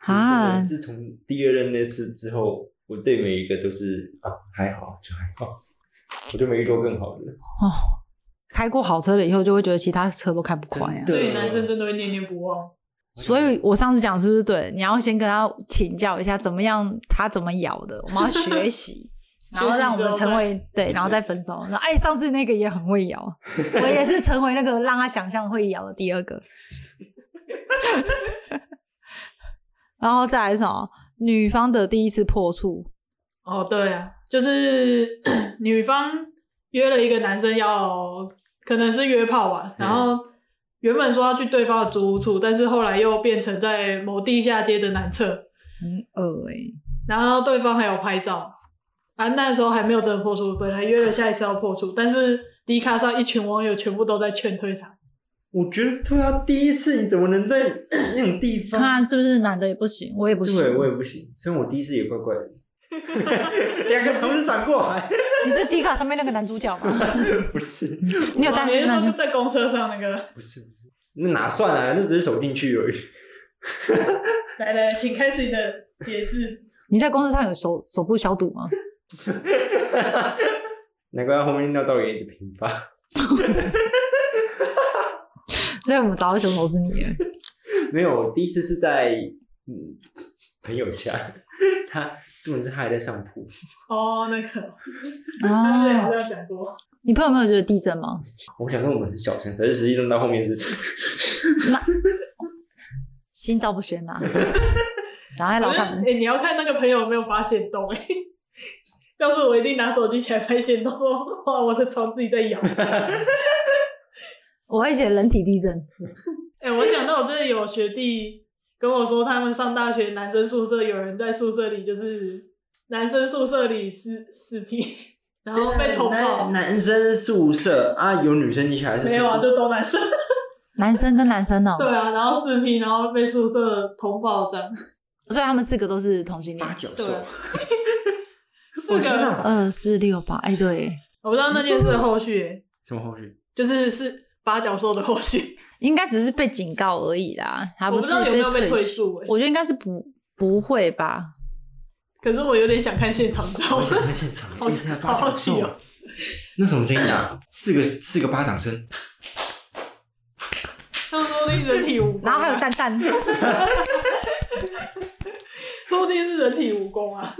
Speaker 1: 啊！
Speaker 2: 自从第二任那次之后，我对每一个都是啊还好，就还好，我就没遇过更好的。
Speaker 1: 开过好车了以后，就会觉得其他车都开不快啊
Speaker 2: 真。的
Speaker 3: 对男生真的会念念不忘。，
Speaker 1: 所以我上次讲是不是对？你要先跟他请教一下，怎么样他怎么咬的，我们要学 习然后让我们成为对，然后再分手。说哎，上次那个也很会咬，我也是成为那个让他想象会咬的第二个。 然后再来是什么？女方的第一次破处，
Speaker 3: 哦，对啊，就是 女方约了一个男生要，可能是约炮吧，然后原本说要去对方的租屋处，但是后来又变成在某地下街的男厕，
Speaker 1: 很恶哎、
Speaker 3: 然后对方还有拍照。啊，那时候还没有真的破处，本来约了下一次要破处，但是迪卡上一群网友全部都在劝退他。
Speaker 2: 我觉得对啊，第一次你怎么能在 那种地
Speaker 1: 看
Speaker 2: 方？
Speaker 1: 看是不是男的也不行，我也不行。
Speaker 2: 对，我也不行。虽然我第一次也怪怪的， 两个同时转过 来，
Speaker 1: 你是迪卡上面那个男主角 吗？
Speaker 2: 不是，
Speaker 1: 你有带
Speaker 3: 哇
Speaker 1: 去
Speaker 3: 哦你是
Speaker 1: 男
Speaker 3: 说是
Speaker 1: 生？
Speaker 3: 在公车上那个？
Speaker 2: 不是，不是。那哪算啊？那只是手进去而已。
Speaker 3: 来来，请开始你的解释。
Speaker 1: 你在公司上有手手部消毒 吗？
Speaker 2: 难怪他后面尿道也一直频发，
Speaker 1: 所以我们找到凶手是你了。
Speaker 2: 没有，我第一次是在嗯朋友家， 他重点是他还在上铺，
Speaker 3: 哦，那个，他之前好
Speaker 1: 哦，
Speaker 3: 像讲过，
Speaker 1: 你朋友没有觉得地震吗？
Speaker 2: 我想说我们很小声，可是实际弄到后面是，
Speaker 1: 心照不宣 呐、然后还老
Speaker 3: 我
Speaker 1: 看
Speaker 3: 觉得，哎、你要看那个朋友有没有发现洞哎、 要是我一定拿手机起来拍线洞，说哇，我的床自己在摇。
Speaker 1: 我会写人体地震。
Speaker 3: 哎、我想到我真的有学弟跟我说，他们上大学男生宿舍有人在宿舍里就是男生宿舍里撕撕屁，然后被捅爆
Speaker 2: 男，男生宿舍啊，有女生进去还是
Speaker 3: 没有啊，就都男生。
Speaker 1: 男生跟男生哦、
Speaker 3: 对啊，然后四批，然后被宿舍通报这样，
Speaker 1: 所以他们四个都是同性
Speaker 2: 八
Speaker 1: 恋。
Speaker 2: 九
Speaker 3: 对
Speaker 2: 兽
Speaker 3: 啊，
Speaker 2: 我
Speaker 3: 四
Speaker 2: 哦天
Speaker 3: 个，
Speaker 2: 哪，
Speaker 1: 二四六八，哎，对，
Speaker 3: 我不知道那件事的后续欸、
Speaker 2: 什么后续？
Speaker 3: 就是是八角兽的后续，
Speaker 1: 应该只是被警告而已啦，还
Speaker 3: 我不
Speaker 1: 啊是
Speaker 3: 知道有没有被
Speaker 1: 被
Speaker 3: 退
Speaker 1: 诉。
Speaker 3: 诉、欸，
Speaker 1: 我觉得应该是不不会吧。
Speaker 3: 可是我有点想看现场照
Speaker 2: 我，想看哦现场，
Speaker 3: 好
Speaker 2: 一天八
Speaker 3: 好
Speaker 2: 掌
Speaker 3: 气
Speaker 2: 兽
Speaker 3: 哦，
Speaker 2: 那什么声音啊？四个四个巴掌声，
Speaker 3: 他们说那人体无，啊
Speaker 1: 然后还有蛋蛋，
Speaker 3: 说不定是人体蜈蚣啊，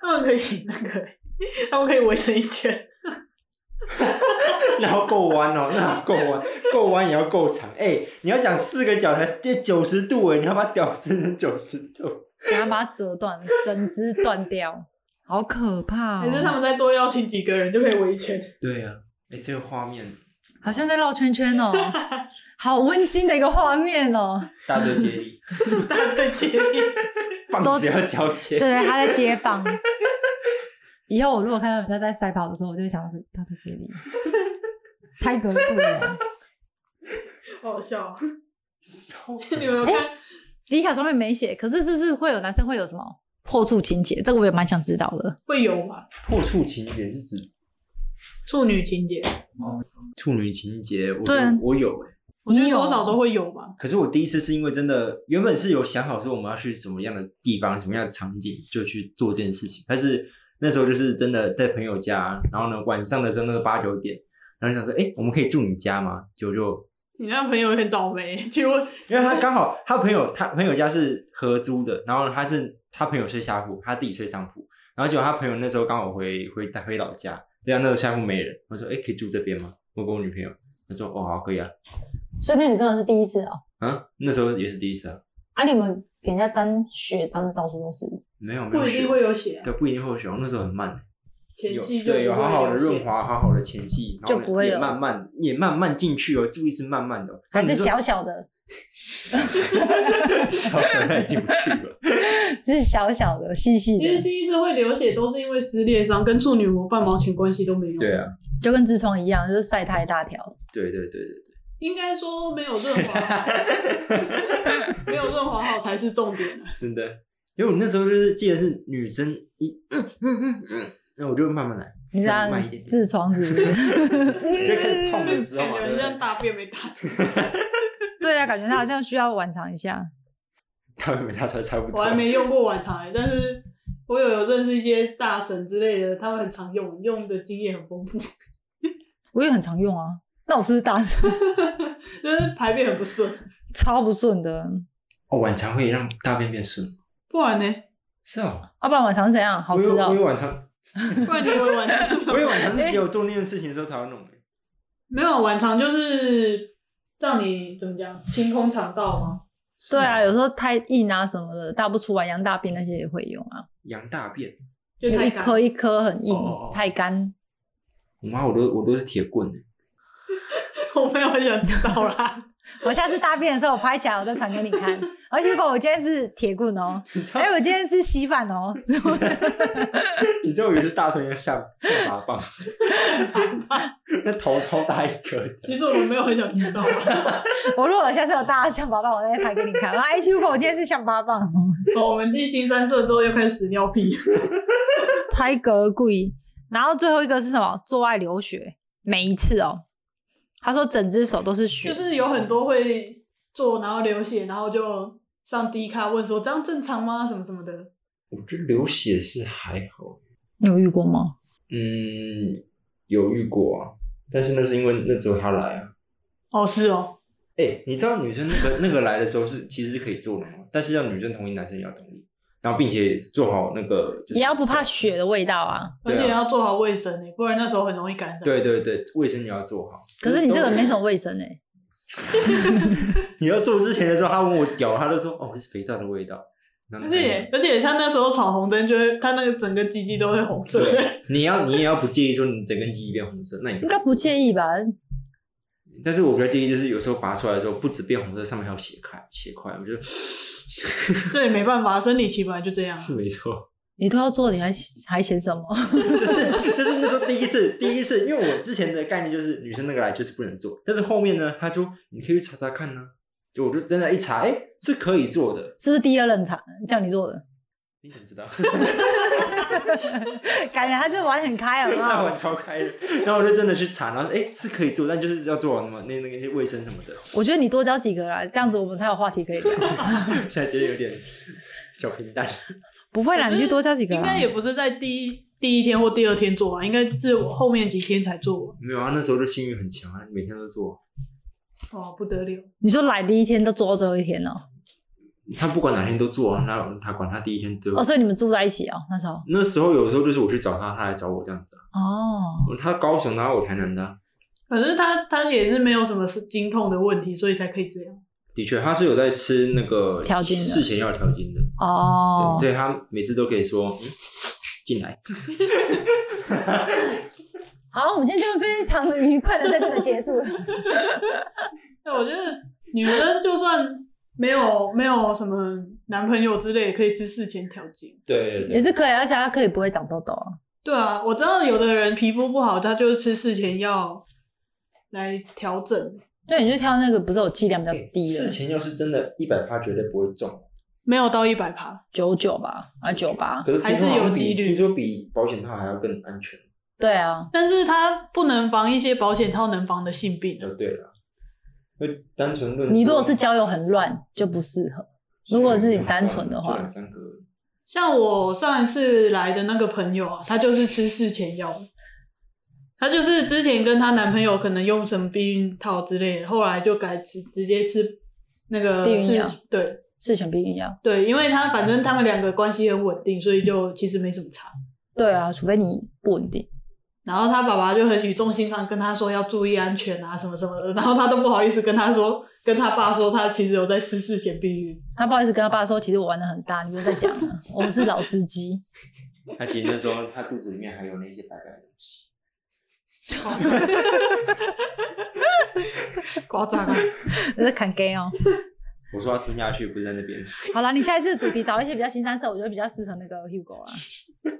Speaker 3: 他们可以那个，欸他们可以围成一圈。
Speaker 2: 那要够弯哦，那要够弯，够弯也要够长。哎、你要想四个角才九十度哎，你要把屌伸成九十度。
Speaker 1: 然后把它折断，整只断掉，好可怕、
Speaker 3: 还是他
Speaker 1: 哦！
Speaker 3: 们再多邀请几个人就可以围一圈？
Speaker 2: 对啊，哎、这个画面
Speaker 1: 好像在绕圈圈 哦，好温馨的一个画面哦。
Speaker 2: 大队接 力，
Speaker 3: 大队接力，
Speaker 2: 棒
Speaker 1: 都
Speaker 2: 子要交接。
Speaker 1: 对，他在接棒。 以后我如果看到人家在赛跑的时候，我就会想到是他的接 力，太可怖了。
Speaker 3: 好好笑。
Speaker 2: 超
Speaker 3: 你们有看？
Speaker 1: 迪卡上面没写，可是是不是会有男生会有什么破处情节？这个我也蛮想知道的。
Speaker 3: 会有吧？
Speaker 2: 破 处情节是指
Speaker 3: 处女情节，
Speaker 2: 处女情节，我
Speaker 1: 对啊
Speaker 2: 我有哎、
Speaker 3: 我觉得
Speaker 1: 你有
Speaker 3: 多少都会有吧。
Speaker 2: 可是我第一次是因为真的，原本是有想好说我们要去什么样的地方、什么样的场景就去做这件事情，但是那时候就是真的在朋友家，然后呢晚上的时候那个八九点，然后想说，哎、我们可以住你家吗？结果就
Speaker 3: 你那朋友很倒霉，结果
Speaker 2: 因为他刚好他朋友他朋友家是合租的，然后他是他朋友睡下铺，他自己睡上铺，然后结果他朋友那时候刚好回回回老家，对啊，那时候下铺没人，我说哎、可以住这边吗？我跟我女朋友，她说哦好可以啊，
Speaker 4: 所以那女朋友是第一次哦。
Speaker 2: 啊那时候也是第一次啊，
Speaker 4: 啊，你们给人家沾血沾的到处都是，
Speaker 2: 没有没有
Speaker 3: 不一定
Speaker 2: 血
Speaker 3: 会有血、啊，
Speaker 2: 对不一定会有血，我那时候很慢，
Speaker 3: 前
Speaker 2: 有
Speaker 3: 戏就
Speaker 2: 对有
Speaker 3: 不会
Speaker 2: 好好的
Speaker 3: 血
Speaker 2: 润，滑，好好的前戏，然后
Speaker 1: 就不会
Speaker 2: 也
Speaker 1: 有
Speaker 2: 慢慢也慢慢进去哦，注意是慢慢的哦，
Speaker 1: 还
Speaker 2: 但
Speaker 1: 是
Speaker 2: 你说
Speaker 1: 小小的，
Speaker 2: 小小的进不去了，
Speaker 1: 是小小的、细细
Speaker 3: 其实
Speaker 1: 的，
Speaker 3: 第一次会流血都是因为撕裂伤，跟处女膜半毛钱关系都没有。
Speaker 2: 对啊，，
Speaker 1: 就跟痔疮一样，就是晒太大条。
Speaker 2: 对对对对对，
Speaker 3: 应该说没有润 滑好，没有润滑好才是重点。啊
Speaker 2: 真的，因为我那时候就是记得是女生一嗯嗯嗯嗯，那我就慢慢来，
Speaker 1: 你知道
Speaker 2: 慢一点
Speaker 1: 痔疮是不是？
Speaker 2: 就开始痛的时候
Speaker 3: 感
Speaker 2: 嘛，
Speaker 3: 觉
Speaker 2: 对
Speaker 3: 很
Speaker 2: 不
Speaker 3: 像
Speaker 2: 对？
Speaker 3: 大便没大出来。
Speaker 1: 对啊，感觉他好像需要晚尝一下。
Speaker 2: 他们他才差不多，
Speaker 3: 我还没用过晚茶，欸但是我有认识一些大神之类的，他们很常用，用的经验很丰富。
Speaker 1: 我也很常用啊，那我是不是大肠
Speaker 3: 就是排便很不顺，
Speaker 1: 超不顺的？
Speaker 2: 哦，晚餐会让大便变顺，
Speaker 3: 不然呢？
Speaker 2: 是哦，
Speaker 1: 啊要、不然晚肠是怎样？好吃
Speaker 2: 我以为我以为
Speaker 1: 哦。
Speaker 2: 晚 餐，
Speaker 3: 不然你会晚肠是什
Speaker 2: 我以为
Speaker 3: 么？
Speaker 2: 晚餐是只有做那件事情的时候才会弄的，
Speaker 3: 没有晚肠就是让你怎么讲清空肠道吗？
Speaker 2: 是
Speaker 1: 对
Speaker 2: 吗
Speaker 1: 啊，，有时候太硬啊什么的，大不出来，羊大便那些也会用啊，
Speaker 2: 羊大便，
Speaker 3: 就
Speaker 1: 有
Speaker 3: 太
Speaker 1: 一
Speaker 3: 干
Speaker 1: 颗一颗很硬，
Speaker 2: 哦哦哦
Speaker 1: 太干。
Speaker 2: 我妈我都我都是铁棍的，
Speaker 3: 我没有很想知道啦。
Speaker 1: 我下次大便的时候，我拍起来，我再传给你看。而且如果我今天是铁棍哦，哎、我今天是稀饭哦，
Speaker 2: 你知道我以为是大腿像下下巴棒， 那头超大一颗的，
Speaker 3: 其实我没有很想知道啦。
Speaker 1: 我如果下次有大的象拔蚌，我再拍给你看。哎，如果我今天是象拔蚌哦，
Speaker 3: 我们进新三社之后又开始屎尿屁，
Speaker 1: 胎格贵，然后最后一个是什么？做爱流血，每一次哦，他说整只手都是血
Speaker 3: 就，是有很多会做，然后流血，然后就上 D 卡问说这样正常吗？什么什么的。
Speaker 2: 我觉得流血是还好。
Speaker 1: 你有遇过吗？
Speaker 2: 嗯，有遇过啊，但是那是因为那只有他来啊。
Speaker 3: 哦，是哦，
Speaker 2: 哎、你知道女生那个那个来的时候是其实是可以做的吗？但是要女生同意，男生也要同意，然后并且做好那个、就是
Speaker 1: 也要不怕血的味道啊。
Speaker 3: 而
Speaker 2: 对啊
Speaker 3: 且要做好卫生欸不然那时候很容易感染。，
Speaker 2: 对对对，卫生也要做好。
Speaker 1: 可是你这个没什
Speaker 2: 么，
Speaker 1: 么卫生哎、
Speaker 2: 你要做之前的时候，他问我屌，他就说哦，是肥皂的味道。然后
Speaker 3: 而且而且他那时候闯红灯就会，他那个整个鸡鸡都会红色。
Speaker 2: 对，你要你也要不介意说你整根鸡变红色，那你就
Speaker 1: 应该不介意吧？
Speaker 2: 但是我比较介意就是有时候拔出来的时候，不止变红色，上面还有血块，血块，我觉得是
Speaker 3: 对，没办法，生理期本来就这样啊。
Speaker 2: 没错。
Speaker 1: 你都要做，你还还嫌什么？
Speaker 2: 就是就是那时候第一次，第一次，因为我之前的概念就是女生那个来就是不能做，但是后面呢，他说你可以去查查看呢、就我就真的，一查，哎、是可以做的。
Speaker 1: 是不是第二任场叫你做的？
Speaker 2: 你怎么知道？
Speaker 1: 感觉他就玩很开，好不
Speaker 2: 那我
Speaker 1: 好？
Speaker 2: 超开的，然后我就真的去查，然后哎、诶是可以做，但就是要做好那么那那个卫生什么的。
Speaker 1: 我觉得你多交几个啦，这样子我们才有话题可以聊。
Speaker 2: 现在觉得有点小平淡。
Speaker 1: 不会啦，
Speaker 3: 可是
Speaker 1: 你去多交几个啦。啊
Speaker 3: 应该也不是在第一第一天或第二天做完，应该是我后面几天才做完。
Speaker 2: 没有啊，那时候就性欲很强啊，每天都做。
Speaker 3: 哦，不得了！
Speaker 1: 你说来第一天都做到最后一天哦、
Speaker 2: 他不管哪天都做啊，那他管他第一天对吧
Speaker 1: 哦，？所以你们住在一起哦，那时候
Speaker 2: 那时候有时候就是我去找他，他来找我这样子啊。
Speaker 1: 哦，
Speaker 2: 他高雄的，然后我台南的啊，
Speaker 3: 可是他他也是没有什么是经痛的问题，所以才可以这样。
Speaker 2: 的确他是有在吃那个
Speaker 1: 调经的
Speaker 2: 事前要调经的，
Speaker 1: 哦
Speaker 2: 对，所以他每次都可以说嗯进来。
Speaker 4: 好，我们今天就非常的愉快的在这个结束了。
Speaker 3: 但我觉得女生就算没有没有什么男朋友之类，也可以吃事前调经。
Speaker 2: 对对
Speaker 1: 也
Speaker 2: 对，
Speaker 1: 是可以，而且它可以不会长痘痘啊。
Speaker 3: 对啊，我知道有的人皮肤不好，他就是吃事前药来调整。
Speaker 1: 对，你就挑那个不是有剂量比较低
Speaker 2: 事
Speaker 1: 的，
Speaker 2: 前要是真的，一百趴绝对不会中，
Speaker 3: 没有到一百趴，
Speaker 1: 九九吧，啊九八，
Speaker 2: 可是听说
Speaker 3: 还是有
Speaker 2: 好像比
Speaker 3: 几率
Speaker 2: 听说比保险套还要更安全。
Speaker 1: 对啊，
Speaker 3: 但是它不能防一些保险套能防的性病啊。
Speaker 2: 就对了，那单纯论说，
Speaker 1: 你如果是交友很乱就不适合，如果是你单纯的话
Speaker 2: 就两三个而已。
Speaker 3: 像我上一次来的那个朋友啊，她就是吃事前药的，她就是之前跟她男朋友可能用什么避孕套之类的，后来就改吃直接吃那个
Speaker 1: 避孕
Speaker 3: 是
Speaker 1: 药
Speaker 3: 对
Speaker 1: 四选避孕药。
Speaker 3: 对，因为她反正他们两个关系很稳定，所以就其实没什么差。
Speaker 1: 对啊，除非你不稳定。
Speaker 3: 然后她爸爸就很语重心长跟她说要注意安全啊什么什么的，然后她都不好意思跟她说，跟她爸说她其实有在吃事前避 孕。
Speaker 1: 他不好意思跟他爸说，其实我玩的很大，你不用再讲 了，我是老司机。
Speaker 2: 他其实那时候他肚子里面还有那些白白的东西。
Speaker 3: 夸张啊！
Speaker 1: 我在砍 gay 哦。
Speaker 2: 我说他吞下去，不是在那边。
Speaker 1: 好啦，你下一次的主题找一些比较新三色，我觉得比较适合那个 Hugo 啊啦。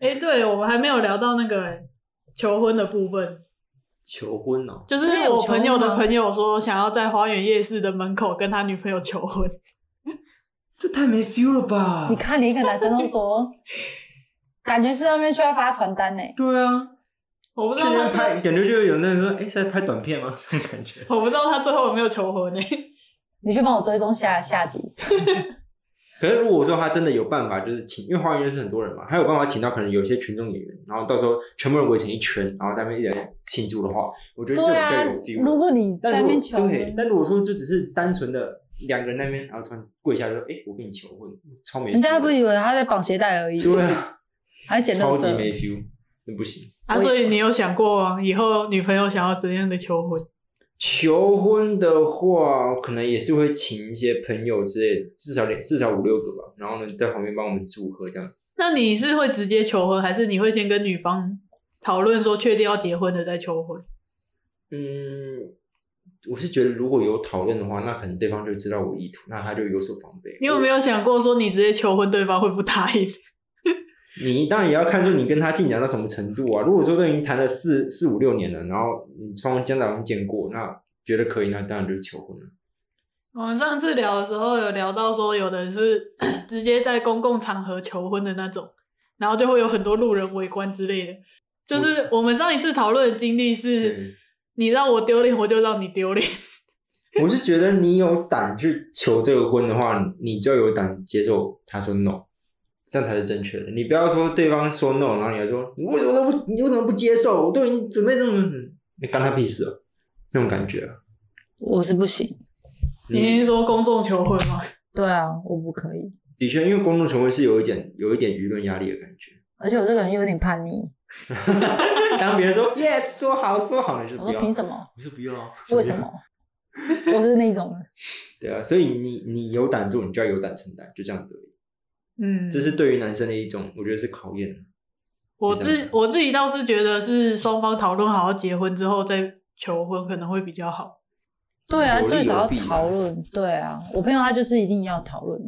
Speaker 3: 哎、对我们还没有聊到那个、欸求婚的部分。
Speaker 2: 求婚哦，
Speaker 3: 就是
Speaker 1: 真的有
Speaker 3: 我
Speaker 1: 求婚
Speaker 3: 朋友的
Speaker 1: 吗
Speaker 3: 朋友说，想要在花园夜市的门口跟他女朋友求婚。
Speaker 2: 这太没 feel 了吧
Speaker 1: 你看，连一个男生都 说，感觉是那边需要发传单呢、
Speaker 2: 对啊，
Speaker 3: 我不知
Speaker 2: 去
Speaker 3: 道
Speaker 2: 那
Speaker 3: 他
Speaker 2: 边拍，
Speaker 3: 最，
Speaker 2: 感觉就有那人说，哎，是在拍短片吗？ 这种感觉。
Speaker 3: 我不知道他最后有没有求婚呢、欸
Speaker 1: 你去帮我追踪下下集。
Speaker 2: 可是如果说他真的有办法，就是请，因为花园是很多人嘛，他有办法请到可能有些群众演员，然后到时候全部人围成一圈，然后在那边一人庆祝的话，我觉得这
Speaker 1: 对
Speaker 2: 种比较
Speaker 1: 啊
Speaker 2: 有 feel。，
Speaker 1: 如果你在
Speaker 2: 但
Speaker 1: 那
Speaker 2: 如
Speaker 1: 边
Speaker 2: 果
Speaker 1: 求
Speaker 2: 对
Speaker 1: 婚，，
Speaker 2: 但如果说就只是单纯的两个人那边，然后突然跪下就说：“哎、我跟你求婚，超没 feel 的。”
Speaker 1: 人家不以为他在绑鞋带而已，
Speaker 2: 对啊，
Speaker 1: 还捡垃
Speaker 2: 超级没
Speaker 1: 圾。
Speaker 2: feel，那不行。
Speaker 3: 啊，所以你有想过啊，以后女朋友想要怎样的求婚？
Speaker 2: 求婚的话，可能也是会请一些朋友之类的，至少两至少五六个吧。然后呢，在旁边帮我们祝贺这样子。
Speaker 3: 那你是会直接求婚，还是你会先跟女方讨论说确定要结婚的再求婚？
Speaker 2: 嗯，我是觉得如果有讨论的话，那可能对方就知道我意图，那他就有所防备。
Speaker 3: 你有没有想过说你直接求婚，对方会不答应？
Speaker 2: 你当然也要看说你跟他进展到什么程度啊。如果说都已经谈了四四五六年了，然后你双方家长都见过，那觉得可以，那当然就是求婚了。
Speaker 3: 我们上次聊的时候有聊到说，有的人是 直接在公共场合求婚的那种，然后就会有很多路人围观之类的。就是我们上一次讨论的经历是，
Speaker 2: 嗯，
Speaker 3: 你让我丢脸，我就让你丢脸。
Speaker 2: 我是觉得你有胆去求这个婚的话，你就有胆接受他说 no，这样才是正确的。你不要说对方说 no，然后你还说你为什么都不，你为什么不接受？我都已经准备这么，你干他屁事哦，那种感觉啊。
Speaker 1: 我是不行。
Speaker 3: 你是说公众求婚吗？
Speaker 1: 对啊，我不可以，
Speaker 2: 的确，因为公众求婚是有一点有一点舆论压力的感觉。
Speaker 1: 而且我这个人又有点叛逆。
Speaker 2: 当别人说 yes 说好说好，你是
Speaker 1: 我
Speaker 2: 不
Speaker 1: 说
Speaker 2: 要。
Speaker 1: 凭什么？
Speaker 2: 我说不要啊，
Speaker 1: 为什么？我是那种人
Speaker 2: 对啊，所以你你有胆做，你就要有胆承担，就这样子而已。
Speaker 3: 嗯，
Speaker 2: 这是对于男生的一种，我觉得是考验。啊
Speaker 3: 我自我自己倒是觉得是双方讨论好要结婚之后再求婚可能会比较好。
Speaker 1: 对啊，
Speaker 2: 有利
Speaker 1: 最少要
Speaker 2: 有弊啊
Speaker 1: 讨论。对啊，我朋友他就是一定要讨论，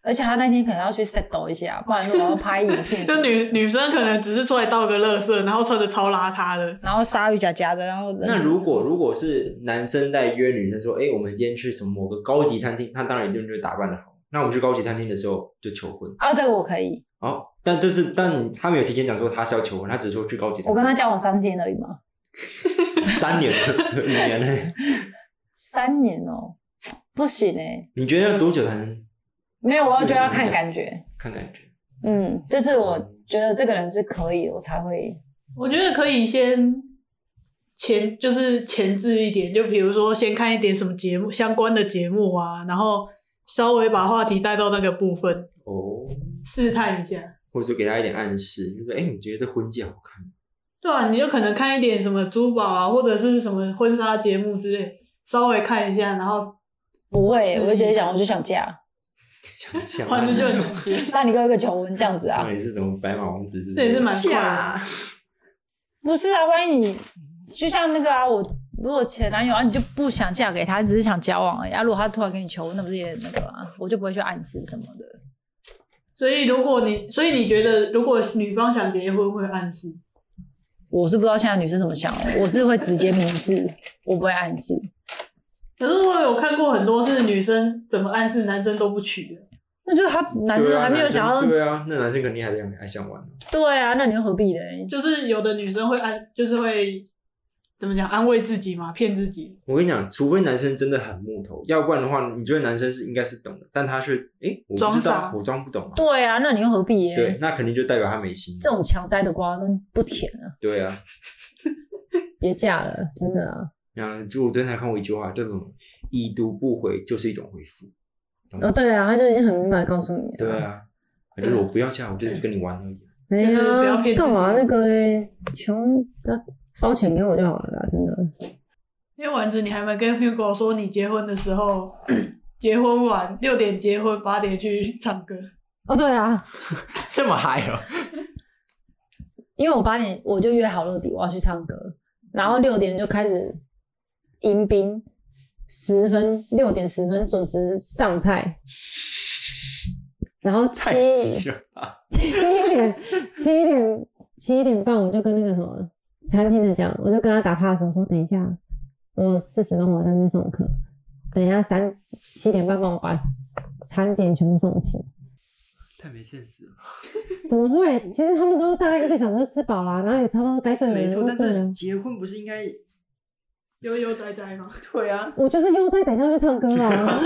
Speaker 1: 而且他那天可能要去 settle 一下，不然我要拍影 片。
Speaker 3: 就女 女生可能只是出来倒个垃圾，然后穿的超邋遢的，
Speaker 1: 然后鲨鱼夹夹着，然后人
Speaker 2: 那如果如果是男生在约女生说，哎，我们今天去什么某个高级餐厅，他当然一定就是打扮的好。那我们去高级餐厅的时候就求婚
Speaker 1: 啊，这个我可以，
Speaker 2: 哦，但这是但他没有提前讲说他是要求婚，他只是说去高级餐厅。
Speaker 1: 我跟他交往三天而已嘛，
Speaker 2: 三年了 五年了，
Speaker 1: 三年哦，不行哎、
Speaker 2: 你觉得要多久才能
Speaker 1: 没有，我要觉得要看感觉，
Speaker 2: 看感觉？
Speaker 1: 嗯，就是我觉得这个人是可以的，我才会。
Speaker 3: 我觉得可以先前就是前置一点，就比如说先看一点什么节目相关的节目啊，然后稍微把话题带到那个部分，
Speaker 2: 哦，
Speaker 3: 试探一下。
Speaker 2: 或者说给他一点暗示，就说哎、你觉得婚戒好看吗？
Speaker 3: 对啊，你就可能看一点什么珠宝啊，或者是什么婚纱节目之类，稍微看一下，然后
Speaker 1: 不会，
Speaker 3: 是
Speaker 1: 我就直接讲，我就想嫁，
Speaker 2: 想想
Speaker 3: 反正就
Speaker 2: 啊
Speaker 3: 很直接，
Speaker 1: 那你给我一个求婚这样子啊
Speaker 2: 那？也是什么白马王子是不是？
Speaker 3: 这也是蛮快的。
Speaker 5: 嫁
Speaker 1: 不是啊，万一你就像那个啊，我如果前男友啊，你就不想嫁给他，只是想交往而已啊。如果他突然跟你求，那不是也那个啊？我就不会去暗示什么的。
Speaker 3: 所以如果你，所以你觉得如果女方想结婚会暗示，
Speaker 1: 我是不知道现在女生怎么想，我是会直接明示，我不会暗示。
Speaker 3: 可是我有看过很多是女生怎么暗示男生都不娶的，
Speaker 1: 那就是他男
Speaker 2: 对
Speaker 1: 生
Speaker 2: 啊
Speaker 1: 还没有
Speaker 2: 男生
Speaker 1: 想要，
Speaker 2: 对啊，那男生肯定还想还想玩。
Speaker 1: 对啊，那你又何必呢？
Speaker 3: 就是有的女生会安，就是会怎么讲安慰自己嘛，骗自己。
Speaker 2: 我跟你讲，除非男生真的很木头，要不然的话，你觉得男生是应该是懂的，但他却哎、我不
Speaker 3: 装
Speaker 2: 知道
Speaker 3: 傻，
Speaker 2: 我装不懂啊。
Speaker 1: 对啊，那你又何必耶？
Speaker 2: 对，那肯定就代表他没心。
Speaker 1: 这种强摘的瓜都不甜啊，
Speaker 2: 对啊，
Speaker 1: 别嫁了，真的啊。
Speaker 2: 然后就我昨天才看过一句话，叫什么“已读不回就是一种回复
Speaker 6: 哦，对啊，他就已经很明白告诉你”。
Speaker 2: 对
Speaker 6: 了。
Speaker 2: 啊，就是我不要嫁，我就是跟你玩而已。
Speaker 6: 对
Speaker 3: 就是不要
Speaker 6: 啊
Speaker 3: 骗，自己
Speaker 6: 干嘛那个嘞？穷，那烧钱给我就好了啦，真的。
Speaker 3: 因哎为丸子，你还没跟 Hugo 说你结婚的 时候，结婚晚六点结婚，八点去唱歌。
Speaker 1: 哦，对啊，
Speaker 7: 这么嗨哦、
Speaker 1: 因为我八点我就约好乐迪，我要去唱歌，然后六点就开始迎宾，
Speaker 6: 十分六点十分准时上菜，然后七
Speaker 7: 太急了吧！
Speaker 6: 七点七点七点半我就跟那个什么餐厅的讲，我就跟他打 pass，我说等一下我四十分我在那边送客，等一下三七点半帮我把餐点全部送齐。
Speaker 2: 太没 sense 了，
Speaker 6: 怎么会？其实他们都大概一个小时就吃饱啦，然后也差不多该睡
Speaker 2: 是
Speaker 6: 的
Speaker 2: 没
Speaker 6: 人
Speaker 2: 错，
Speaker 6: 都
Speaker 2: 但
Speaker 6: 睡
Speaker 2: 是
Speaker 6: 了。
Speaker 2: 结婚不是应该
Speaker 3: 悠悠哉哉吗？
Speaker 2: 对啊？
Speaker 6: 我就是悠哉，等一下去唱歌啦。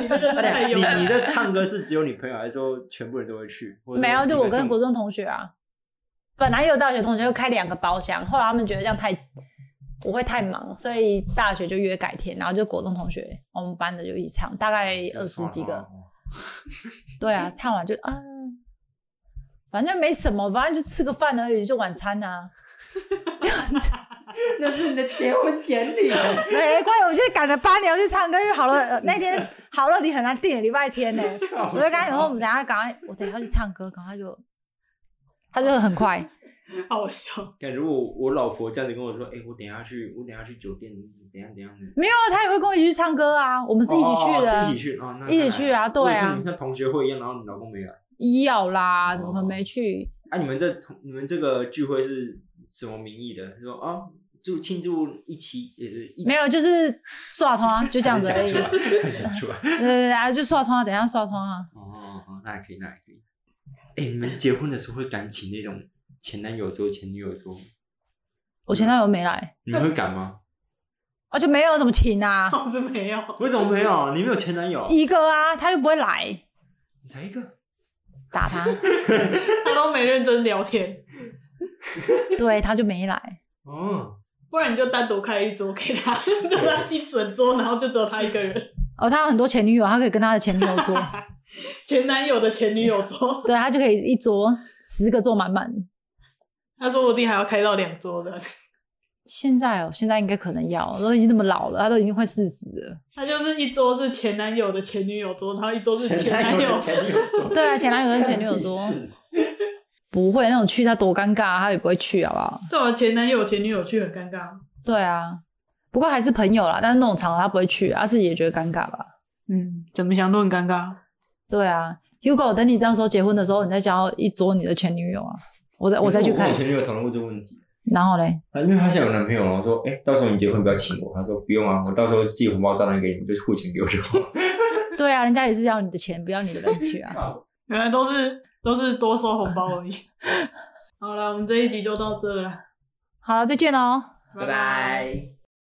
Speaker 3: 你这个是太悠
Speaker 2: 哎你
Speaker 3: 哉
Speaker 2: 你在唱歌是只有你朋友，还是说全部人都会去？或者
Speaker 1: 没有，
Speaker 2: 基
Speaker 1: 就
Speaker 2: 本
Speaker 1: 我跟
Speaker 2: 上
Speaker 1: 国中同学啊，本来有大学同学就开两个包厢，后来他们觉得这样太我会太忙，所以大学就约改天，然后就国中同学我们班的哦就一起唱，大概二十几
Speaker 2: 哦
Speaker 1: 个，对啊，唱完就啊，反正没什么，反正就吃个饭而已，就晚餐啊。
Speaker 2: 那是你的结婚典 礼。
Speaker 1: 没关系，我就赶着八点要去唱歌，因为好乐、呃那 天好乐迪很难定，礼拜 天呢、我就跟他讲说，我们等一下赶快，我等一下去唱歌，赶快就，他就很快，
Speaker 3: 好笑。
Speaker 2: 感觉我我老婆这样子跟我说，哎、我等一下去，我等一下去酒店，等一下等一下的。
Speaker 1: 没有啊，他也会跟我一起去唱歌啊，我们是一起去的，
Speaker 2: 哦是一起去啊，那
Speaker 1: 一起去啊
Speaker 2: 看来
Speaker 1: 对啊
Speaker 2: 我以为是你们像同学会一样，然后你老公没来。
Speaker 1: 要啦，怎么可能没去？
Speaker 2: 啊，你们这同你们这个聚会是什么名义的？说啊，祝庆祝一起，呃，一
Speaker 1: 没有，就是刷通啊，就这样子而
Speaker 2: 讲
Speaker 1: 已
Speaker 2: 出。来，讲出来。
Speaker 1: 对啊，就刷通啊，等一下刷通啊。
Speaker 2: 哦哦，哦，那也可以，那也可以。哎、你们结婚的时候会敢请那种前男友桌、前女友桌？
Speaker 1: 我前男友没来，
Speaker 2: 你们会敢 吗？
Speaker 1: 啊就没有怎么请啊，
Speaker 3: 我是没有，
Speaker 2: 为什么没有？你没有前男友？
Speaker 1: 一个啊，他又不会来，
Speaker 2: 你才一个，
Speaker 1: 打他，
Speaker 3: 他都没认真聊天，
Speaker 1: 对，他就没来。
Speaker 2: 哦，
Speaker 3: 不然你就单独开一桌给他， 就他一整桌，然后就只有他一个人，
Speaker 1: 哦，他有很多前女友，他可以跟他的前女友做，
Speaker 3: 前男友的前女友桌。
Speaker 1: 对他就可以一桌十个坐满满。
Speaker 3: 他说不定还要开到两桌的。
Speaker 1: 现在哦，现在应该可能要，都已经那么老了，他都已经快四十了。
Speaker 3: 他就是一桌是前男友的前女友桌，然后一桌是前男友
Speaker 2: 的。前女友 桌。
Speaker 1: 对啊，前男友跟前女友桌
Speaker 2: 干屁事
Speaker 1: 不会那种去，他多尴尬啊，他也不会去，好不好？
Speaker 3: 对啊，前男友前女友去很尴尬。
Speaker 1: 对啊，不过还是朋友啦，但是那种场合他不会去，啊他自己也觉得尴尬吧？
Speaker 3: 嗯，怎么想都很尴尬。
Speaker 1: 对啊，Hugo，等你到时候结婚的时候，你再交一桌你的前女友啊，我再我再去
Speaker 2: 跟
Speaker 1: 看
Speaker 2: 我。前女友讨论过这个问题，
Speaker 1: 然后嘞，
Speaker 2: 她因为她现在有男朋友了，我说，哎、到时候你结婚不要请我。她说不用啊，我到时候寄红包账单给你，你就汇钱给我就好。
Speaker 1: 对啊，人家也是要你的钱，不要你的人去啊。
Speaker 3: 原来都是都是多收红包而已。 好了，我们这一集就到这了，
Speaker 1: 好了，再见哦。
Speaker 3: 拜拜。